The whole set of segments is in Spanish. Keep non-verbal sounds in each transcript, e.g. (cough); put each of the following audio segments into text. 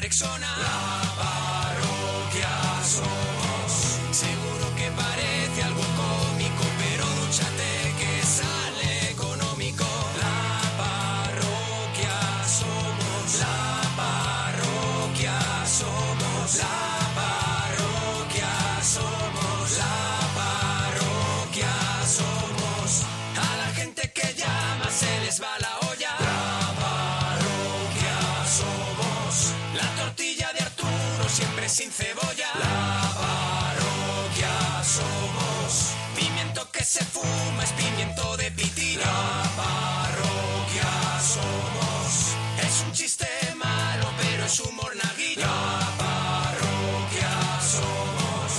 persona. La parroquia somos. Seguro que parece algo cómico, pero dúchate que sale económico. La parroquia somos. La parroquia somos. La parroquia somos. La parroquia somos. A la gente que llama se les va la olla. La parroquia somos. La tortilla de Arturo siempre sin cebolla. La parroquia somos. Pimiento que se fuma es pimiento de pitina. La parroquia somos. Es un chiste malo, pero es humor naguillo. La parroquia somos.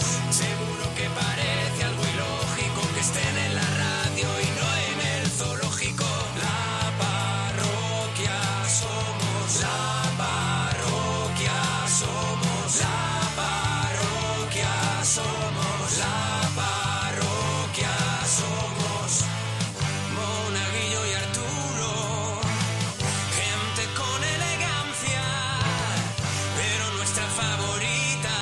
Seguro que parece algo ilógico que estén en la radio y no en el zoológico. La parroquia somos. La parroquia somos. La parroquia somos. La parroquia somos. Monaguillo y Arturo. Gente con elegancia. Pero nuestra favorita.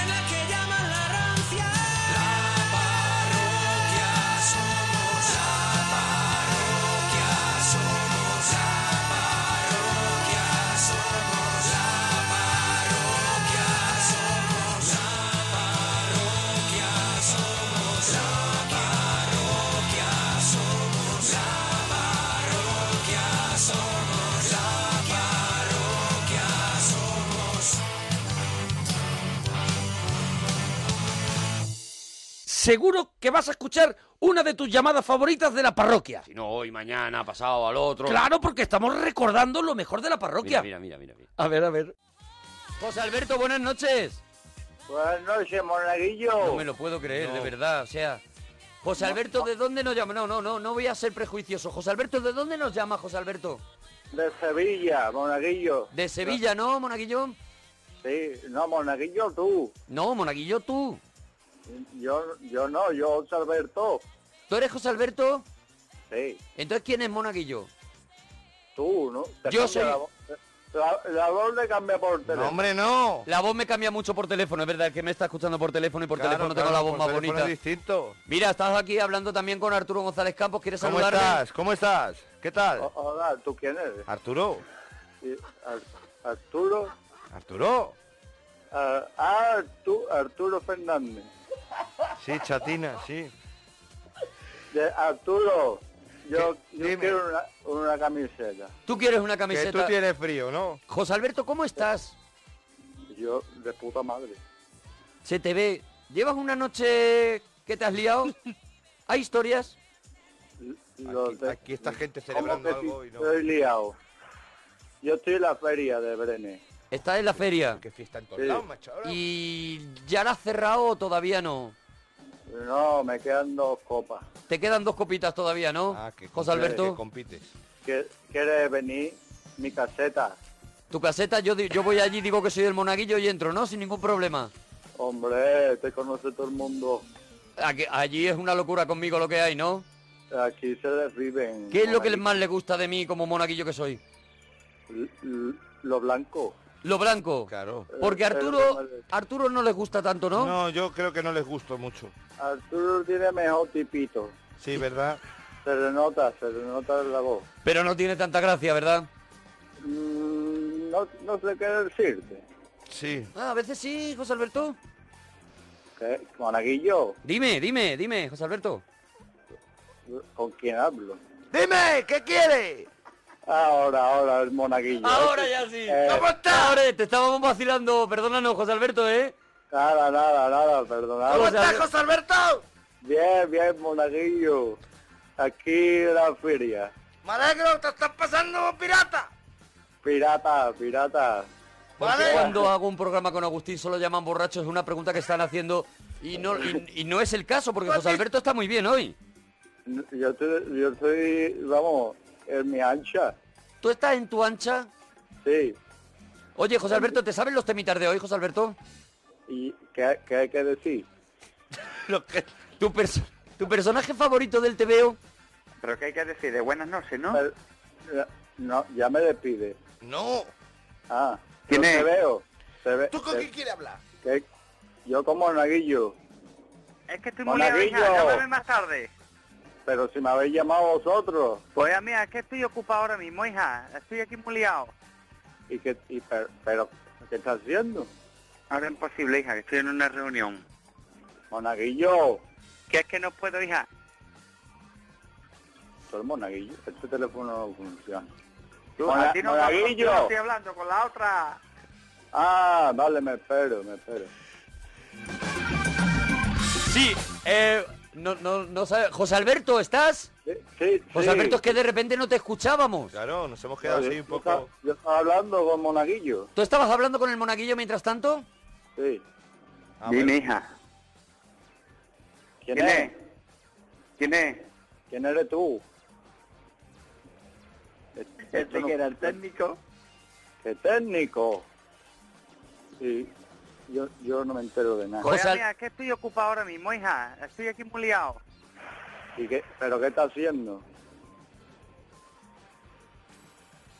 En la que llaman la rancia. La parroquia somos, la parroquia somos, la parroquia somos, la parroquia somos, la parroquia somos, la parroquia somos, la parroquia somos, la parroquia somos. Seguro que vas a escuchar una de tus llamadas favoritas de la parroquia. Si no, hoy, mañana, pasado, al otro. Claro, porque estamos recordando lo mejor de la parroquia. Mira, mira, mira. mira. A ver, a ver. José Alberto, buenas noches. Buenas noches, monaguillo. No me lo puedo creer, de verdad, o sea... José Alberto, ¿de dónde nos llama? No, no, no, no voy a ser prejuicioso. José Alberto, ¿de dónde nos llama José Alberto? De Sevilla, monaguillo. De Sevilla, ¿no, Monaguillo? Sí, no, monaguillo tú. No, Monaguillo, tú. Yo, yo no, yo José Alberto. ¿Tú eres José Alberto? Sí, Entonces, ¿quién es Monaguillo? tú, ¿no? Te Yo cambia soy- La, vo- la, la voz le cambia por teléfono. hombre, no. La voz me cambia mucho por teléfono, es verdad, que me está escuchando por teléfono y por Claro, teléfono tengo claro, la voz por más teléfono bonita. Es distinto. Mira, estás aquí hablando también con Arturo González Campos, ¿quieres ¿Cómo saludarle? estás? ¿Cómo estás? ¿Qué tal? O- Hola, ¿tú quién eres? Ah. Arturo. Sí, Ar- Arturo, Arturo. ah, ah, tú, Arturo Fernández. Sí, chatina, sí. De Arturo, yo, ¿Qué? yo Dime. quiero una, una camiseta. Tú quieres una Que camiseta. tú tienes frío, ¿no? José Alberto, ¿cómo estás? Yo, de puta madre. Se te ve. ¿Llevas una noche que te has (laughs) liado? ¿Hay historias? Lo Aquí- de- aquí está gente ¿Cómo celebrando que sí? algo y no- Estoy liado. Yo estoy en la feria de Brenes. Estás en la feria. Que fiesta en todos Sí. lados, macho. ahora. ¿Y ya la has cerrado o todavía no? No, me quedan dos copas. Te quedan dos copitas todavía, ¿no? Ah, que José compites, que Alberto, compites. ¿Qué- ¿Quieres venir? Mi caseta. tu caseta, yo, di- yo voy allí, digo que soy del monaguillo y entro, ¿no? Sin ningún problema. Hombre, Eh, te conoce todo el mundo. Aquí- allí es una locura conmigo lo que hay, ¿no? Aquí se desviven. ¿Qué es lo que Ahí. más le gusta de mí como monaguillo que soy? Eh, L- l- Lo blanco. Lo blanco. Claro. Porque Eh, Arturo, eh, Arturo no les gusta tanto, ¿no? No, yo creo que no les gusto mucho. Arturo tiene mejor tipito. Sí, ¿verdad? Se le nota, se le nota en la voz. Pero no tiene tanta gracia, ¿verdad? Mm, no, no sé qué decirte. Sí. Ah, a veces sí, José Alberto. ¿Qué? Monaguillo, Dime, dime, dime, José Alberto. ¿con quién hablo? Dime, ¿qué quieres? Ahora, ahora, el monaguillo. Ahora Ese- ya sí. Eh, estás? Ahora, te estábamos vacilando. Perdónanos, José Alberto, ¿eh? Nada, nada, nada, perdonad. estás, José Alberto? Bien, bien, monaguillo. Aquí la feria. Me alegro, te estás pasando, pirata. Pirata, pirata. Vale. Cuando hago un programa con Agustín solo llaman borrachos, es una pregunta que están haciendo y no, y, y no es el caso, porque José Alberto está muy bien hoy. Yo estoy, yo estoy, vamos, en mi ancha. ¿Tú estás en tu ancha? Sí. Oye, José Alberto, ¿te sabes los temitas de hoy, José Alberto? ¿Y qué, qué hay que decir? ¿Tu, perso- tu personaje favorito del TVO? Pero ¿qué hay que decir? De buenas noches, ¿no? Pero, eh, No, ya me despide. No, Ah, ¿Quién Te veo. Te ve- ¿Tú con te- quién quieres hablar? que- yo como Naguillo, Es que estoy muy liado, Monaguillo. hija, llámame más tarde. pero si me habéis llamado vosotros, Pues mira, es que estoy ocupado ahora mismo, hija. Estoy aquí muy liado. y que, y per- pero, ¿qué estás haciendo? Ahora es imposible, hija, que estoy en una reunión. Monaguillo, Que es que no puedo, hija. soy Monaguillo, este teléfono no funciona. Tú, Mona- a ti no Monaguillo. contigo estoy hablando con la otra. Ah, vale, me espero, me espero. Sí, eh, no, no, no sabe- José Alberto, ¿estás? Sí, sí, José sí. Alberto, es que de repente no te escuchábamos. Claro, nos hemos Yo- quedado así yo un poco. estaba- Yo estaba hablando con Monaguillo, ¿Tú estabas hablando con el monaguillo mientras tanto? sí. Ah, Dime, bueno. hija. ¿Quién, ¿Quién es? es? ¿Quién es? ¿Quién eres tú? Este Esto no- técnico. ¡Qué técnico! Sí, yo, yo no me entero de nada. Joder. Pues José- mira, es que estoy ocupado ahora mismo, hija. Estoy aquí muy liado. ¿Y qué, ¿Pero qué está haciendo?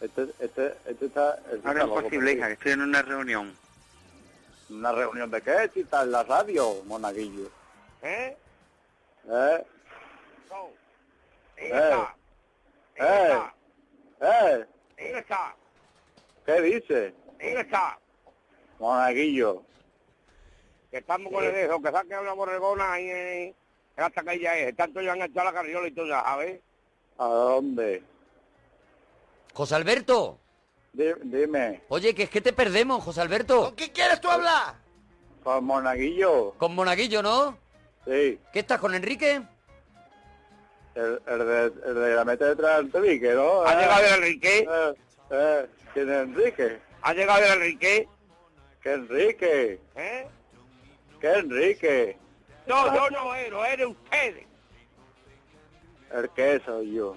Este, este, este está... este está Ahora es loco, imposible, sí. hija, que estoy en una reunión. ¿Una reunión de qué? Si está en la radio, monaguillo. ¿Eh? ¿Eh? No. Hija, ¿Eh? ¿Eh? esa, ¿Qué dice? esa. Monaguillo. Que estamos con el dejo, que saque una borregona ahí en hasta que ella es. Tanto ya han echado la carriola y todo, ya sabes. ¿A dónde? José Alberto, Di- dime. oye, que es que te perdemos, José ¿Con Alberto. quién quieres tú hablar? ¿Con monaguillo? Con monaguillo, ¿no? Sí. ¿Qué estás con Enrique? El, el de, el de la meta detrás del tabique, ¿no? Ha ¿Eh? llegado el Enrique, Eh, eh, ¿Quién es Enrique? ha llegado el Enrique. ¿Qué Enrique? ¿Eh? ¿Qué Enrique? No, yo no ero, eres ustedes. ¿El qué soy yo?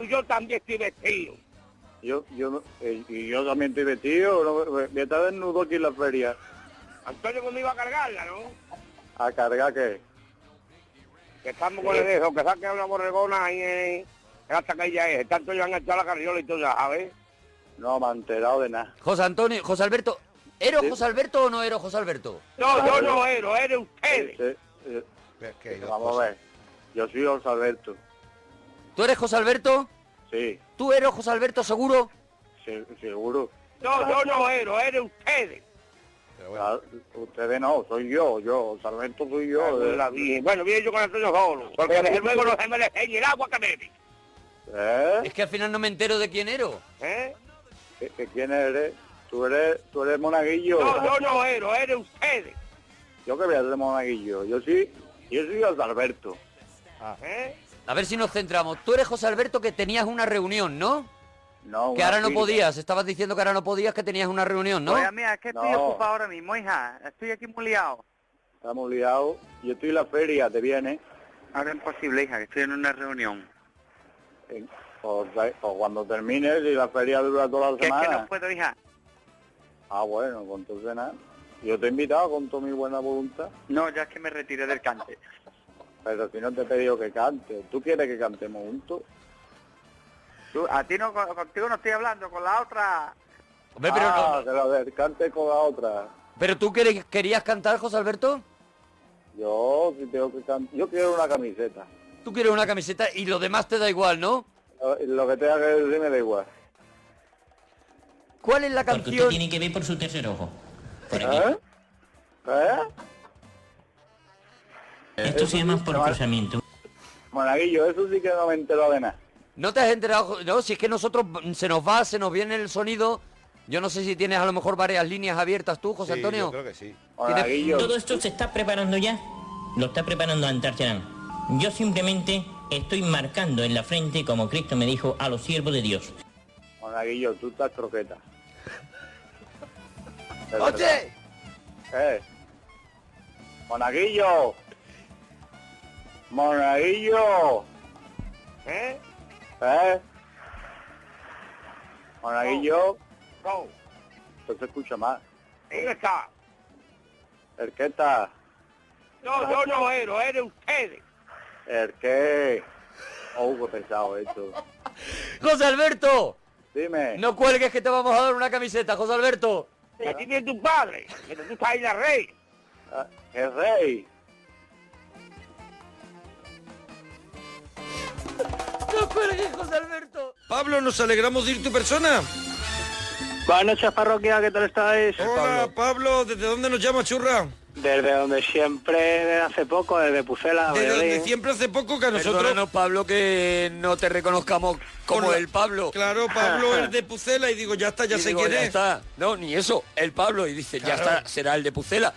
Yo también estoy vestido. Yo, yo, no- y y yo también estoy vestido, no, me- voy a estar desnudo aquí en la feria. Antonio conmigo a cargarla, ¿no? ¿A cargar qué? Que estamos con el dejo, que saque una borregona ahí en hasta que ella es. Tanto ya han echado la carriola y todo, ya sabes. No me he enterado de nada. José Antonio, José Alberto. ¿Ero Sí. José Alberto o no ero José Alberto? No, yo no ero, eres ustedes. Eh, eh, Pero es que hay dos vamos a cosas. ver. Yo soy José Alberto. ¿Tú eres José Alberto? Sí, ¿Tú eres José Alberto seguro? se- seguro. No, yo no ero, eres ustedes. Pero bueno, Ah, Ustedes no, soy yo, yo. José Alberto soy yo. Ay, eh. la Virgen. bueno, bien yo con Antonio solo. Porque Pero- luego no se me enseñe el agua que bebe. ¿Eh? Es que al final no me entero de quién ero. ¿Eh? ¿Qué- qué- ¿Quién eres? Tú eres, tú eres monaguillo. No, yo no ero, eres ustedes. Yo que voy a ser monaguillo. Yo sí, yo soy José Alberto. ¿Eh? A ver si nos centramos. Tú eres José Alberto que tenías una reunión, ¿no? No, Que una ahora no fila. podías. Estabas diciendo que ahora no podías, que tenías una reunión, ¿no? Pues mira, es que estoy No. ocupado ahora mismo, hija. Estoy aquí muy liado. Estamos liados. Yo estoy en la feria, te viene. Ahora es imposible, hija, que estoy en una reunión. Eh, O, sea, o cuando termines y la feria dura toda la Que es semana. que no puedo, hija. Ah, bueno, pues entonces nada. Yo te he invitado con toda mi buena voluntad, No, ya es que me retiré del cante. pero si no te he pedido que cante. ¿Tú quieres que cantemos juntos? Tú- a ti no, con- contigo no estoy hablando, con la otra. Hombre, pero, no- ah, pero a ver, cante con la otra. pero tú quere- querías cantar, José Alberto. Yo si tengo que cantar. Yo quiero una camiseta. Tú quieres una camiseta y lo demás te da igual, ¿no? Lo- Lo que tenga que decir me da igual. ¿Cuál es la Porque usted canción? tiene que ver por su tercer ojo. Por aquí. ¿Ah? ¿Eh? ¿Eh? Esto se Eh, llama por cruzamiento. Monaguillo, eso sí que no me entero de nada. ¿No te has enterado? jo- No, si es que nosotros mm, se nos va, se nos viene el sonido. Yo no sé si tienes a lo mejor varias líneas abiertas tú, José sí, Antonio. Yo creo que sí. Monaguillo, Todo esto se está preparando ya. Lo está preparando Antarcharán. Yo simplemente estoy marcando en la frente, como Cristo me dijo, a los siervos de Dios. Monaguillo, tú estás (laughs) croqueta. De verdad. Oye, Eh. Monaguillo. Monaguillo. ¿eh? ¿Eh? Monaguillo, No, no se escucha más. ¿dónde está? ¿El qué está? No, yo no ero, eres ustedes. ¿El qué? Oh, qué pesado esto. José Alberto, Dime. No cuelgues que te vamos a dar una camiseta, José Alberto. Aquí tiene tu padre, que tú estás ahí la rey. Ah, el rey. No cuelgues, José Alberto. Pablo, nos alegramos de ir tu persona. Buenas noches, parroquia, ¿qué tal estáis? Hola, Pablo, ¿desde dónde nos llama, churra? Desde donde siempre, desde hace poco, desde Pucela, Desde Valladolid. donde siempre hace poco que a nosotros... Perdónanos, Pablo, que no te reconozcamos como Hola. el Pablo. Claro, Pablo es de Pucela y digo, ya está, ya Y sé digo, quién ya es. está. No, ni eso, el Pablo. Y dice, Claro. ya está, será el de Pucela.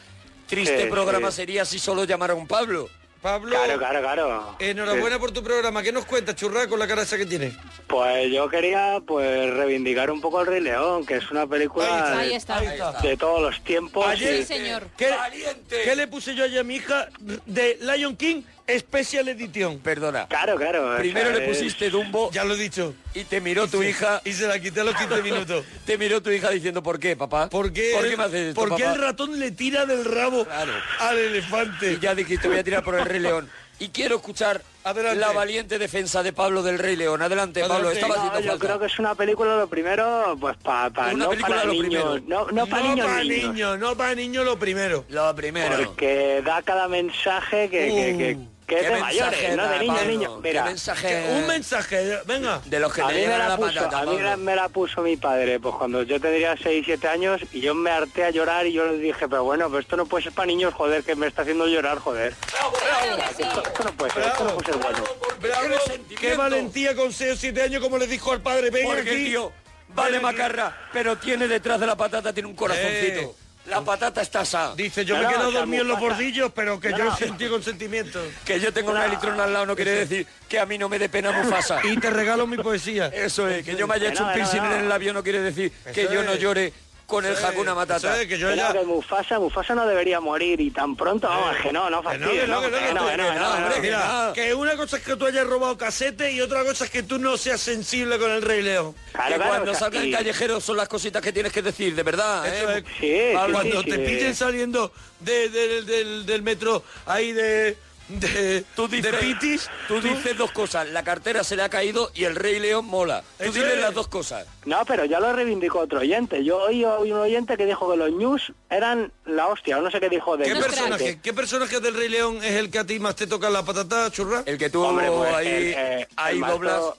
Triste Sí, programa sí. sería si solo llamara un Pablo. Pablo, Claro, claro, claro. enhorabuena por tu programa. ¿Qué nos cuentas, churra, con la cara esa que tienes? Sí. Pues yo quería pues reivindicar un poco el Rey León, que es una película Ahí está. de todos los tiempos. Sí, Ayer- señor. ¿Qué, ¡Valiente! qué le puse yo ayer a mi hija de Lion King Special Edition? Perdona. Claro, claro. o Primero sea, le es- pusiste Dumbo Ya lo he dicho. y te miró tu hija. Y se la quité a (laughs) los 15 minutos. Te miró tu hija diciendo, ¿por qué, papá? ¿Por qué, ¿Por el- me haces esto, por qué papá? el ratón le tira del rabo Claro. al Y elefante? ya dijiste, voy a tirar por el Rey León. Y quiero escuchar Adelante. la valiente defensa de Pablo del Rey León. Adelante, Pablo, Adelante. estaba No, haciendo yo falta. creo que es una película lo primero, pues pa, pa- Una no película para lo niños, primero. no, no para niños, pa' niños, niño, no para niño lo primero. Lo primero. porque da cada mensaje que, que- que- que Uh, es qué de mensaje mayores, no de da, niños, Pablo, niños. qué Mira, mensaje Un mensaje, venga. de los que a te mí, me llevan a la la puso, patata, a mí Pablo. me la puso mi padre, pues cuando yo tendría 6, 7 años y yo me harté a llorar y yo le dije, pero bueno, pero esto no puede ser para niños, joder, que me está haciendo llorar, joder. Claro que sí. Esto, esto no puede ser, esto no (laughs) puede ser bueno. Bravo, qué resentimiento. valentía con 6 o 7 años, como le dijo al padre, venga Porque, aquí. tío, vale Ven aquí. macarra, pero tiene detrás de la patata, tiene un corazoncito. Eh. La patata está asa. Dice, yo No, me he no, quedado o sea, dormido en los Mufasa. bordillos, pero que No, yo no. sentí consentimiento. Que yo tengo una elitrona al lado no quiere decir que a mí no me dé pena (laughs) Mufasa. Y te regalo mi poesía. Eso es, que yo me haya Que hecho no, un que no, piercing que no. en el labio no quiere decir que Eso yo no es. llore con el Hakuna Matata. ¿Sabes que yo Que no, ya... que Mufasa, Mufasa no debería morir y tan pronto, vamos, que no, no Que no, fastidies, que no, que no, que no, que que no, que no, no, hombre, que no. que no. no. Que una cosa es que tú hayas robado casete y otra cosa es que tú no seas sensible con el Rey León. Claro, que claro, cuando o sea, salgan y- callejeros son las cositas que tienes que decir, de verdad. Eso ¿eh? es. Sí, sí, Cuando sí, te sí. pillen saliendo de- de- del, del metro ahí de... de Tú dices, de Pitis, tú dices dos cosas, la cartera se le ha caído y el Rey León mola. Tú Eso diles es. las dos cosas. No, pero ya lo reivindicó otro oyente. Yo oí a un oyente que dijo que los news eran la hostia, o no sé qué dijo de ¿Qué Unos personaje, ¿Qué personaje del Rey León es el que a ti más te toca la patata, churra? El que tú Hombre, pues, ahí, el, eh, ahí el doblas. maestro,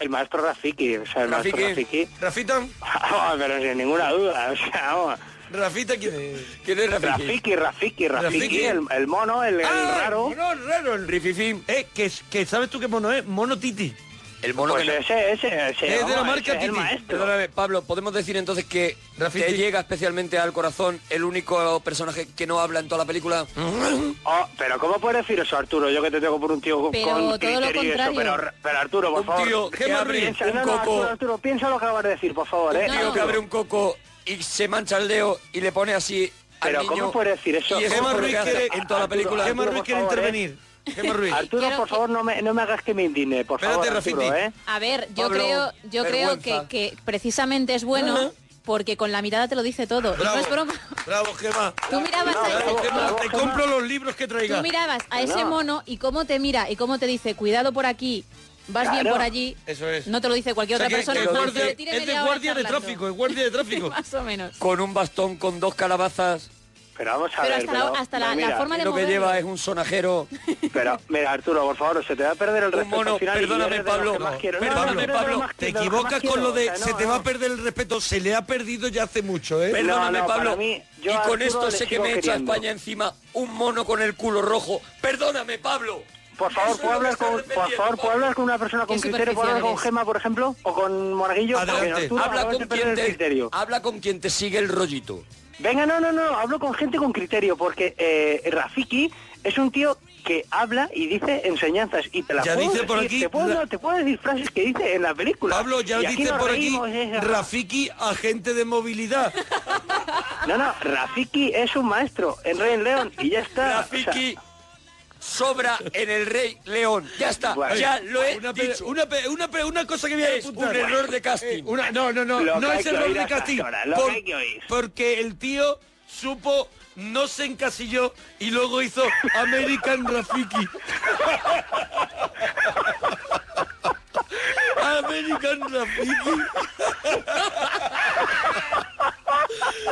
el maestro Rafiki, o sea, el Rafiki. maestro Rafiki. ¿Rafita? (laughs) Vamos, pero sin ninguna duda, o sea, vamos. ¿Rafita quién es? ¿Quién es Rafiki? Rafiki, Rafiki, Rafiki. Rafiki, el, el mono, el, el Ah, raro. el mono raro, el Rififín. Eh, que, que sabes tú qué mono es, mono Titi. El mono Pues que no- ese, ese, ese, Eh, Es de vamos, la marca ese es el Titi. maestro. Perdóname, Pablo, ¿podemos decir entonces que Rafiki. te llega especialmente al corazón el único personaje que no habla en toda la película? Oh, pero ¿cómo puedes decir eso, Arturo? Yo que te tengo por un tío con, Pero con todo lo criterio y eso, contrario. pero, pero Arturo, por Un favor. tío que abre piensa, un no, no, coco. Arturo, Arturo, piensa lo que acabas de decir, por favor, ¿eh? No. Tío que abre un coco y se mancha el dedo y le pone así al Pero niño. ¿cómo puede decir eso? Y eso Gemma es lo Ruiz que hace quiere- en toda la película. Gemma Arturo, Ruiz por quiere favor, ¿eh? intervenir. Gemma Ruiz. Arturo, Quiero por que- favor, no me, no me hagas que me indigne, por Espérate, favor, Arturo, Rafiti. ¿eh? A ver, yo Pablo, creo, yo creo vergüenza. que, que precisamente es bueno porque con la mirada te lo dice todo. Y No es broma. Bravo, Gemma. Tú mirabas a Bravo, ese, Gemma. Te compro los libros que tú traigas. mirabas a ese No. mono y cómo te mira y cómo te dice, cuidado por aquí, vas bien Claro. por allí. Eso es. No te lo dice cualquier O sea, otra que- persona. que que guardia- te este- tire es de media hora guardia de charlando. tráfico, es guardia (laughs) de tráfico. Más o menos. Con un bastón, con dos calabazas, Pero vamos a Pero ver, hasta la- pero, hasta la- pero la mira, forma de- lo que moverlo. lleva es un sonajero. (laughs) Pero, pues, mira, Arturo, por favor, se te va a perder el Un respeto mono, al final y perdóname, eres de los Pablo, que más quiero. No, no, no, Pablo, eres de los Pablo, que más te quiero, de los que más equivocas con quiero, lo de o sea, se no, te va a no. perder el respeto, se le ha perdido ya hace mucho, ¿eh? Pero- Perdóname, no, para Pablo. mí, yo y con a Arturo esto le sé que sigo me echa queriendo. España encima un mono con el culo rojo. Perdóname, Pablo. Por favor, Eso es lo ¿puedo que hablar, estoy con, por defendiendo, favor, ¿puedo Pablo. hablar con una persona con Qué criterio? ¿Puedo hablar con superficial Gema, por ejemplo? ¿O con Monaguillo? Porque Adelante. Arturo, Habla acabas de con, perder quien el te, criterio. habla con quien te sigue el rollito. Venga, no, no, no, hablo con gente con criterio, porque eh, Rafiki es un tío que habla y dice enseñanzas y te la Ya puedo dice por decir, aquí te puedo, la- no, te puedo decir frases que dice en la película. Pablo, ya Y aquí dice nos por aquí, reímos, eh, Rafiki, agente de movilidad. No, no, Rafiki es un maestro en Rey León y ya está. o sea, Rafiki sobra en el Rey León. Ya está, Bueno. ya lo he Una, pe- dicho. una, pe- una, pe- una cosa que voy a es apuntar. un error de casting. Eh, una- no, no, no, Lo no que hay es que error oír a de estas casting. horas, lo que hay que oír. Porque el tío supo, no se encasilló y luego hizo American Rafiki. American Rafiki.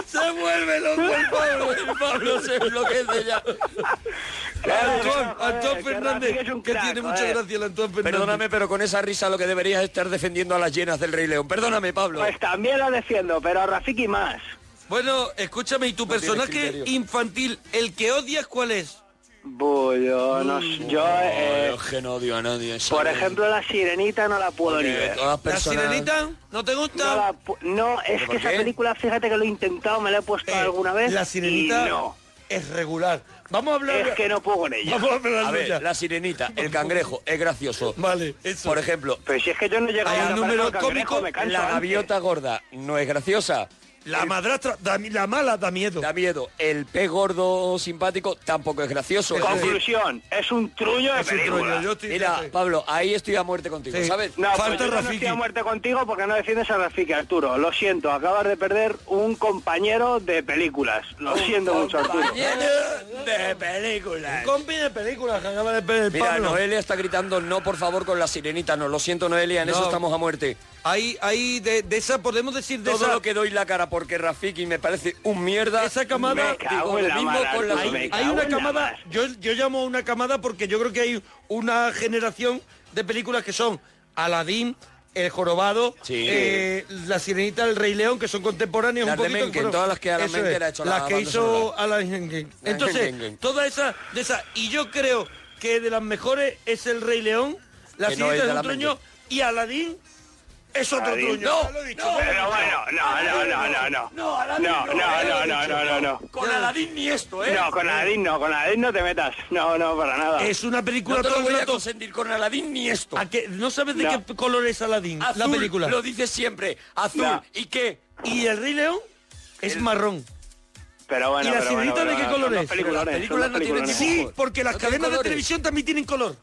Se vuelve loco el Pablo. El Pablo se enloquece ya. Antoine, Antoine Fernández, que tiene mucha gracia el Antoine Fernández. Perdóname, pero con esa risa lo que deberías es estar defendiendo a las llenas del Rey León. Perdóname, Pablo. Pues también la defiendo, pero a Rafiki más. Bueno, escúchame, ¿y tu personaje criterio. infantil, el que odias, cuál es? yo oh, no, s- yo, eh, es que Mm, no odio a nadie. por ejemplo, la sirenita no la puedo ni ver. ¿La sirenita? ¿No te gusta? No, la pu- no, es ¿Pero que por esa qué? Eh, película, fíjate que lo he intentado, me la he puesto alguna ¿Eh? vez. La y sirenita no. es regular. Vamos a hablar. Es que no puedo con ella. (laughs) Vamos a hablar A de ver, ella. la sirenita, el cangrejo, es gracioso. Vale, eso. Por ejemplo, pero si es que yo no he llegado hay a un la número pareja del cangrejo, cómico, me canso la antes. gaviota gorda no es graciosa. La madrastra, la mala da miedo. Da miedo. El pez gordo simpático tampoco es gracioso. Es decir, Conclusión, es un truño de Es un película. truño, yo estoy- Mira, Pablo, ahí estoy a muerte contigo, Sí. ¿sabes? No, pues yo no estoy a muerte contigo porque no defiendes a Rafiki, Arturo. Lo siento, acabas de perder un compañero de películas. Lo siento mucho, Arturo. de películas. Compi de películas que acaba de ver el Mira, Pablo. Noelia está gritando no, por favor, con la sirenita. No, lo siento, Noelia, en No. eso estamos a muerte. Ahí, ahí, de, esa, podemos decir de Todo lo que doy la cara porque Rafiki me parece un mierda. Esa camada, digo, lo mismo con la hay, hay una camada, yo, yo llamo a una camada porque yo creo que hay una generación de películas que son Aladdin, El Jorobado, eh, La Sirenita, El Rey León, que son contemporáneas Las un de poquito. Mencken, bueno, todas las que Alan eso es, Mencken ha hecho la Las que banda hizo sonora. Alan Mencken. Alan Entonces, Mencken. todas esas, de esas, y yo creo que de las mejores es El Rey León, La Que no es Sirenita de es un Alan truño y Aladdin es otro Aladdin. truño. No, Ya lo he dicho, no, ya lo he pero dicho. bueno, no, no, no, no, no. No, Aladdin No, no, ya lo he no, dicho. no, no, no. Con Aladdin ni esto, ¿eh? No, con Aladín no, con Aladín no te metas. No, no, para Ah. nada. Es una película No te lo todo el voy a rato- consentir con Aladín ni esto. ¿A que ¿No sabes de No. qué color es Aladín? la Azul, película. Lo dices siempre. Azul. No. ¿Y qué? ¿Y el Rey León? Es marrón. Pero bueno, ¿Y la pero bueno, sirenita pero de qué bueno, color son es? dos películas, son dos películas. Sí, porque las No tienen cadenas de colores. televisión también tienen color.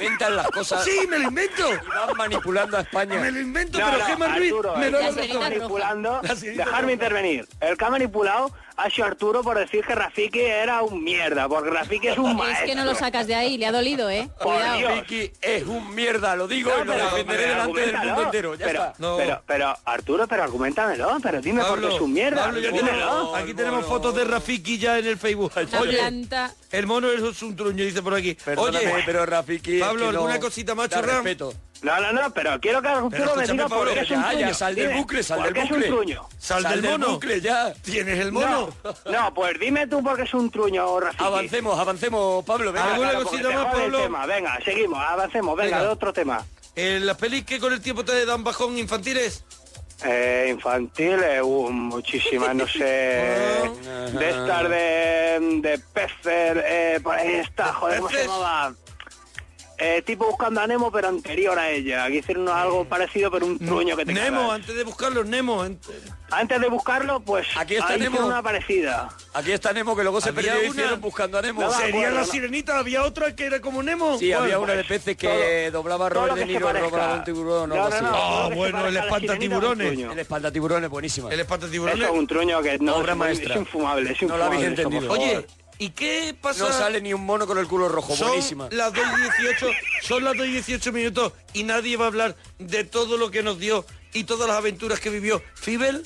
Inventan las cosas. Sí, me lo invento. Y van manipulando a España. Me lo invento, No, pero no, Gemma Ruiz Arturo, me el da que la ha estado razón. manipulando, La sirenita dejarme roja. intervenir. El que ha manipulado ha sido Arturo por decir que Rafiki era un mierda, porque Rafiki es un Es maestro. que no lo sacas de ahí, le ha dolido, ¿eh? Por Cuidado. Dios. Rafiki es un mierda, lo digo No, y lo pero- defenderé pero delante del mundo argumentalo. entero. Ya pero, está. pero, pero, Arturo, pero argumentamelo, pero dime por qué es un mierda. Pablo, ya dímelo. tenemos- aquí tenemos fotos de Rafiki ya en el Facebook. La planta. el mono es un truño, dice por aquí. Perdóname, Oye, pero Rafiki. Pablo, es que no- ¿alguna cosita más, da chorra? respeto. No, no, no, pero quiero que Arturo me escúchame, diga por Pablo, qué es un ya, truño. ya, sal del Dime, bucle, sal ¿por del qué bucle. es un truño? Sal del mono. bucle, ya. ¿Tienes el mono? No, no, pues dime tú por qué es un truño, Rafiki. Avancemos, avancemos, Pablo. Venga. ¿Alguna Claro, porque cosita te más, jode el Pablo? tema. Venga, seguimos, avancemos, venga, Venga. de otro tema. Eh, ¿Las pelis que con el tiempo te dan bajón infantiles? Eh, infantil, eh, uh, muchísimas, no sé. Eh, de estas de, de Pecer, eh, por ahí está, joder, ¿cómo se peces? llamaba? Eh, tipo buscando a Nemo, pero anterior a ella. Que hicieron algo parecido, pero un truño que te Nemo, cagas. antes de buscarlos, Nemo. ent- Antes de buscarlo, pues Aquí está ahí Nemo. hicieron una parecida. Aquí está Nemo, que luego se Había perdió y una- pues, hicieron buscando a Nemo. No, ¿Sería bueno, la no. sirenita? ¿Había otra que era como Nemo? Sí, había ¿Cuál? una de peces que doblaba a pues, todo Robert lo De que se Niro, parezca. doblaba a un tiburón o No, algo no, así. no, todo lo Ah, que se bueno, el parezca a la espanta sirenita es un tiburones. truño. El espantatiburón es buenísima. El espanta Eso es tiburones. un truño que no Obra es, maestra. es infumable, es No la infumable. habéis eso, por entendido. favor. Oye, ¿y qué pasa? No sale ni un mono con el culo rojo, son buenísima. las 2 y 18, son las 2 y 18 minutos y nadie va a hablar de todo lo que nos dio y todas las aventuras que vivió Fibel.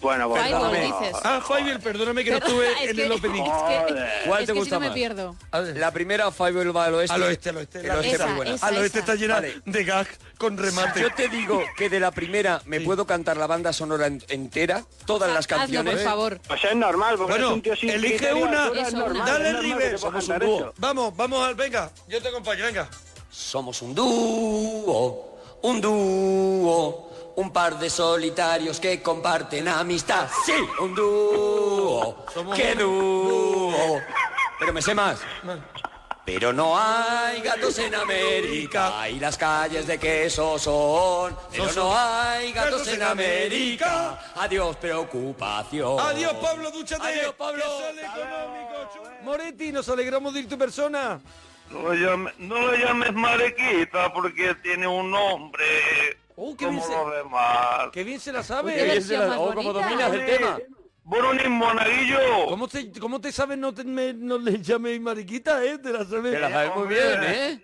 bueno, bueno, Fireball, vamos. dices. Ah, Fibel, perdóname que no Pero- estuve (laughs) es en que- el opening. Es que, Joder. ¿Cuál es que te si gusta no me más? pierdo. La primera, Fireball va al oeste. Al oeste, al oeste. El la- oeste es Esa, muy buena. esa. al oeste está llena Vale. de gag con remate. Yo te digo que de la primera me puedo cantar la banda sonora en- entera, todas las Hazlo, por canciones. favor. Pues es normal, porque Bueno, es un tío sin elige criterio, una. Arturo, es Eso, normal, una. Dale, es normal que River, te somos pueda un cantar dúo. eso. Vamos, vamos al, venga, yo te acompaño, venga. Somos un dúo, un dúo, un par de solitarios que comparten amistad. Sí, un dúo, Somos qué un dúo. Pero me sé más. Pero no hay gatos en América y las calles de queso son. Pero no hay gatos en América. Adiós preocupación. Adiós, Pablo, dúchate. Adiós, Pablo. Que sale económico, chus. Moretti, nos alegramos de ir tu persona. No lo llames, no lo llames Mariquita porque tiene un nombre Oh, qué bien, como se, los demás. qué bien se la Qué Oye, sabe. versión ese más la- oh, cómo bonita. dominas el tema. Brunín Monaguillo. ¿Cómo te, cómo te sabes no, te, me- no le llames mariquita, eh? Te la sabes. Te la sabes muy bien, ¿eh?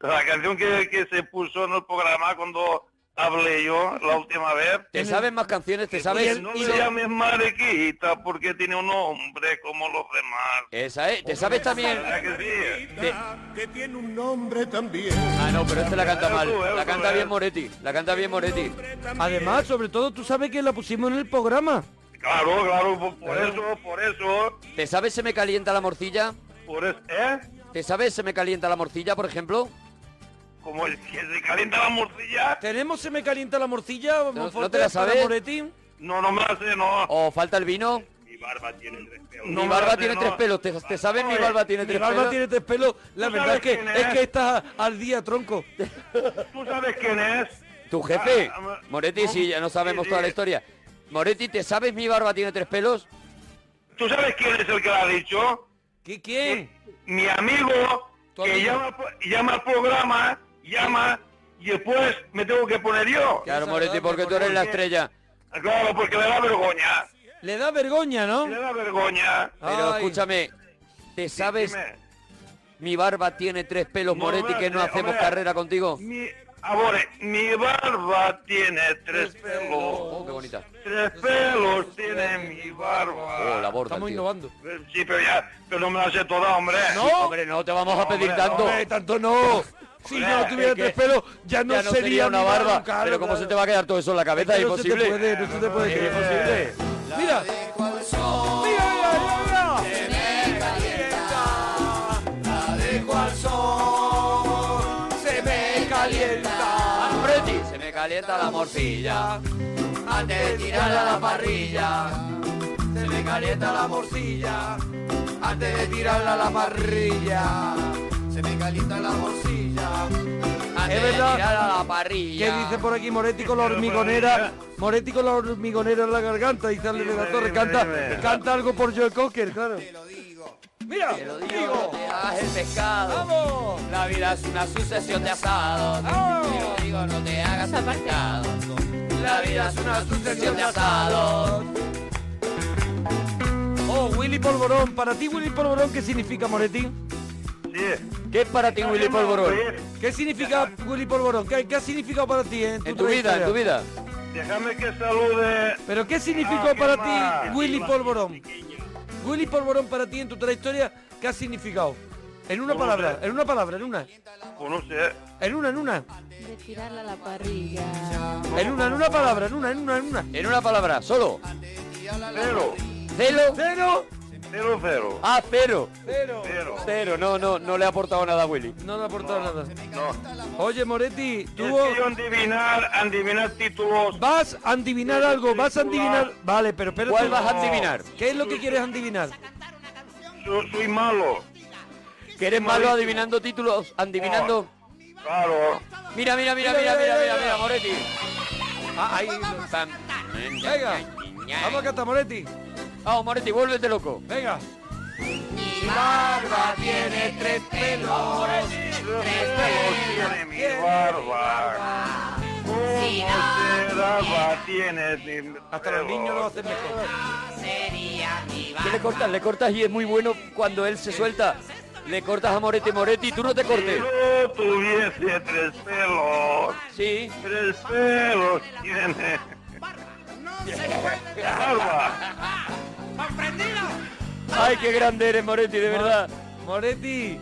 La canción que, que se puso en el programa cuando hablé yo la última vez. Te sabes más canciones, te Que sabes. No y le llames mariquita porque tiene un nombre como los demás. Esa Eh, es, te sabes también. ¿Verdad que sí? Que tiene un nombre también. Ah, no, pero esta la canta mal. Eso es, La canta eso bien es. Moretti. La canta bien Moretti. Además, sobre todo, tú sabes que la pusimos en el programa. Claro, claro, por, por eso, por eso. ¿Te sabes se me calienta la morcilla? Por eso, ¿eh? ¿Te sabes se me calienta la morcilla, por ejemplo? Como el que se calienta la morcilla. ¿Tenemos se me calienta la morcilla? ¿No, Monforte, no te la para sabes? Moretti? No, no me la sé, no. ¿O falta el vino? Mi barba tiene tres pelos. mi barba tiene tres pelos. ¿Te, te sabes mi barba tiene Mi tres barba pelos? tiene tres pelos. La ¿Tú verdad sabes es que, quién es es? que estás al día, tronco. ¿Tú sabes quién es? ¿Tu jefe? Ah, ah, Moretti, sí, ya no sabemos sí, toda la sí. historia. Moretti, ¿te sabes mi barba tiene tres pelos? ¿Tú sabes quién es el que la ha dicho? ¿Quién? Mi amigo ¿Tu que amigo? llama, llama al programa, llama y después me tengo que poner yo. Ah, Claro, Moretti, porque tú eres la estrella. Claro, porque le da vergüenza. Le da vergüenza, ¿no? Le da vergüenza. Pero Ay. escúchame, ¿te sabes mi barba tiene tres pelos, No, Moretti, que no hombre, hacemos hombre. carrera contigo? Mi, amore, mi barba tiene tres pelos. Oh, Qué bonita. Tres pelos tiene mi barba. Oh, la borda, Estamos tío. innovando. Sí, pero ya, pero no me la sé toda, hombre. No. Hombre, no te vamos a pedir Hombre, tanto. Hombre, tanto no. Si Hombre, no tuviera es que tres pelos, ya no, ya no sería, sería una mi barba. claro, Pero ¿cómo claro. se te va a quedar todo eso en la cabeza? Es que no se te Imposible. puede, no se te puede Es quedar. imposible. Mira. Mira, mira, La dejo al sol, se me calienta. Moretti, se me calienta la morcilla. Antes de tirarla a la parrilla, se me calienta la morcilla. Antes de tirarla a la parrilla, se me calienta la morcilla. Antes Es de verdad. tirarla a la ¿Qué parrilla. dice por aquí Moretti con la hormigonera? Moretti con la hormigonera en la garganta, dice Ale de la Torre. Canta, canta algo por Joe Cocker, claro. Mira, te lo digo, te das el pescado. La vida es una sucesión de asados. Te lo digo, no te hagas el pescado. La vida es una sucesión de asados. Oh, Willy Polvorón. Para ti, Willy Polvorón, ¿qué significa Moretti? ¿Qué es para ti, Willy Polvorón? ¿Qué significa Willy Polvorón? ¿Qué, qué ha significado para ti en tu, En tu vida, en tu trayectoria? vida. Déjame que salude. ¿Pero qué significó Ah, qué para mal. ti Willy Polvorón? Willy Polvorón para ti en tu trayectoria, ¿qué ha significado? En No una lo palabra, sé. en una palabra, en una. Pues no sé. En una, en una. De tirarla a la parrilla. En una, en una palabra, en una, en una, en una. En una palabra, solo. Cero. ¿Celo? ¿Cero? Cero, cero. Ah, cero. Cero. Cero, no, no, no le ha aportado nada a Willy. No le ha aportado nada. Oye, Moretti, tú... adivinar, adivinar títulos. Vas a adivinar algo, vas a adivinar... Vale, pero espérate. ¿Cuál vas a adivinar? ¿Qué es lo que quieres adivinar? Yo soy malo. Que eres malo adivinando títulos, adivinando. Claro. Mira, mira, mira, mira, mira, mira, mira, Moretti. Pam. Venga, vamos a cantar, Moretti. Vamos, Moretti, vuélvete loco. Venga. Mi barba tiene tres pelos. Tres pelos Mi barba. Si ¿Cómo no será barba tienes? Hasta los niños lo hacen mejor. sería mi ¿Qué le cortas? Le cortas y es muy bueno cuando él se suelta. Le cortas a Moretti, Moretti, tú no te cortes. yo tuviese tres pelos. Sí. Tres pelos tiene. Barba. Ay, qué grande eres, Moretti, de verdad. Moretti,